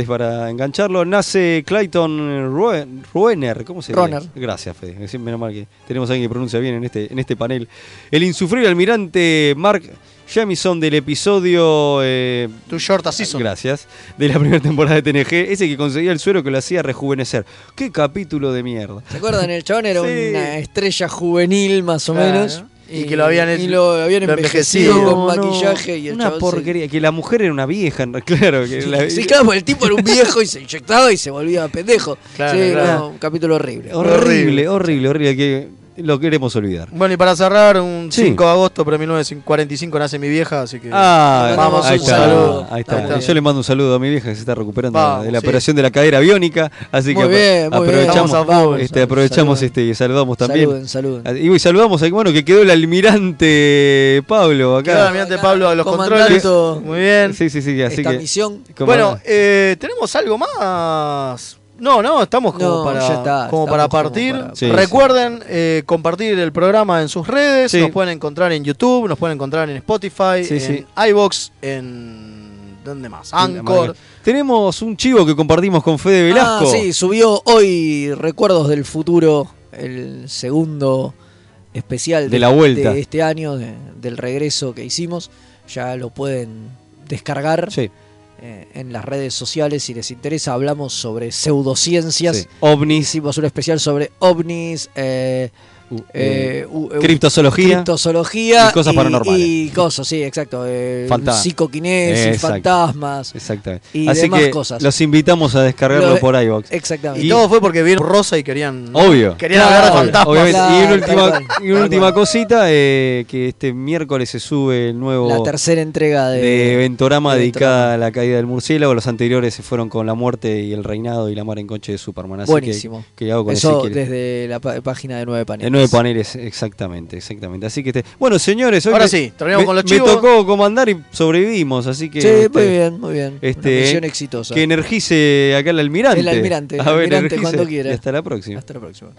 S2: exactamente. Es para engancharlo. Nace Clayton Rue- Ruener. ¿Cómo se
S3: Roner.
S2: dice? Gracias, Fede. Sí, Menos mal que tenemos a alguien que pronuncia bien en este, en este panel. El insufrible almirante Mark Jamison del episodio. eh,
S4: Tu short así son.
S2: Gracias. De la primera temporada de TNG. Ese que conseguía el suero que lo hacía rejuvenecer. ¡Qué capítulo de mierda!
S3: ¿Se acuerdan? El chabón era
S2: Sí.
S3: una estrella juvenil, más o
S4: Claro.
S3: menos.
S4: Y que lo habían
S3: y
S4: hecho-
S3: lo habían
S4: lo
S3: envejecido,
S4: envejecido.
S2: No, no,
S3: con maquillaje y el
S2: Una
S3: chabón se-
S2: porquería. Que la mujer era una vieja, en re- claro. Que la-
S3: Sí, claro, porque el tipo era un viejo y se inyectaba y se volvía pendejo.
S4: Claro,
S3: sí,
S4: claro.
S3: no, un capítulo horrible.
S2: Horrible, horrible, horrible. Que lo queremos olvidar.
S4: Bueno, y para cerrar, un
S2: Sí.
S4: 5 de agosto, pero en 1945 nace mi vieja, así que.
S2: Ah,
S4: le mandamos
S2: ahí,
S4: un
S2: está,
S4: saludo.
S2: ahí está.
S4: Ahí está.
S2: Yo le mando un saludo a mi vieja que se está recuperando
S4: Vamos,
S2: de la
S4: sí.
S2: operación de la cadera biónica. Así
S4: Muy
S2: que apro-
S4: bien, muy bien.
S2: aprovechamos,
S4: Vamos a eh, fútbol.
S2: este, aprovechamos
S3: Saluden.
S2: este, y saludamos también.
S3: Saluden, saluden.
S2: Ah, Y saludamos a bueno que quedó el almirante Pablo acá.
S4: Quedó el almirante Pablo a los
S3: Comandando
S4: controles. Muy bien.
S2: Sí, sí, sí, así
S3: esta
S2: que.
S3: misión.
S2: como-
S4: Bueno, eh, ¿tenemos algo más? No, no, estamos como
S3: No,
S4: para,
S3: ya está,
S4: como
S3: estamos
S4: para
S3: como
S4: partir.
S3: para-
S2: Sí,
S4: Recuerden eh, compartir el programa en sus redes.
S2: Sí.
S4: Nos pueden encontrar en YouTube, nos pueden encontrar en Spotify,
S2: Sí,
S4: en
S2: sí.
S4: iBox, en. ¿Dónde más?
S2: Amarga.
S4: Anchor.
S2: Tenemos un chivo que compartimos con Fede Velasco.
S3: Ah, sí, subió hoy Recuerdos del Futuro, el segundo especial
S2: De la vuelta.
S3: de este año, de- del regreso que hicimos. Ya lo pueden
S4: Ah,
S3: descargar
S2: Sí.
S3: eh, en las redes sociales si les interesa. Hablamos sobre pseudociencias.
S2: Sí, ovnis.
S3: Hicimos un especial sobre ovnis. eh,
S4: Uh,
S3: eh, u- eh,
S2: criptozoología.
S3: criptozoología
S2: Y cosas paranormales.
S3: y cosas, sí, exacto. eh,
S2: Fanta-
S3: psicoquinesis,
S2: Exacto.
S3: fantasmas.
S2: Exactamente.
S3: y
S2: Así
S3: demás
S2: que
S3: cosas.
S2: los invitamos a descargarlo
S3: Lo- eh,
S2: por iBox.
S3: Exactamente.
S4: Y, todo fue porque vieron rosa y querían.
S2: Obvio.
S4: Querían
S2: Oh. Claro,
S4: hablar
S2: obvio,
S4: de fantasmas.
S2: obviamente. y una
S3: Claro,
S2: última,
S3: tal cual,
S2: y una
S3: tal
S2: última
S3: cual.
S2: cosita, eh, que este miércoles se sube el nuevo
S3: La tercera entrega de,
S2: de Ventorama
S3: de
S2: dedicada a la caída del murciélago. Los anteriores se fueron con la muerte y el reinado y la mar en conche de Superman. Así
S3: Buenísimo.
S2: Que, que hago con
S3: Eso
S2: Ezequiel.
S3: desde la pa- página de Nueve
S2: De
S3: Paneles.
S2: nueve paneles, exactamente, exactamente. Así que este, bueno, señores, hoy
S4: Ahora
S2: me-
S4: sí, terminamos
S2: me-
S4: con los
S2: Me
S4: chivos.
S2: tocó comandar y sobrevivimos, así que
S3: Sí,
S2: este,
S3: muy bien, muy bien.
S2: Este,
S3: Una misión exitosa.
S2: Que energice acá el almirante.
S3: El almirante, el almirante cuando quiera.
S2: Y hasta la próxima.
S3: Hasta la próxima.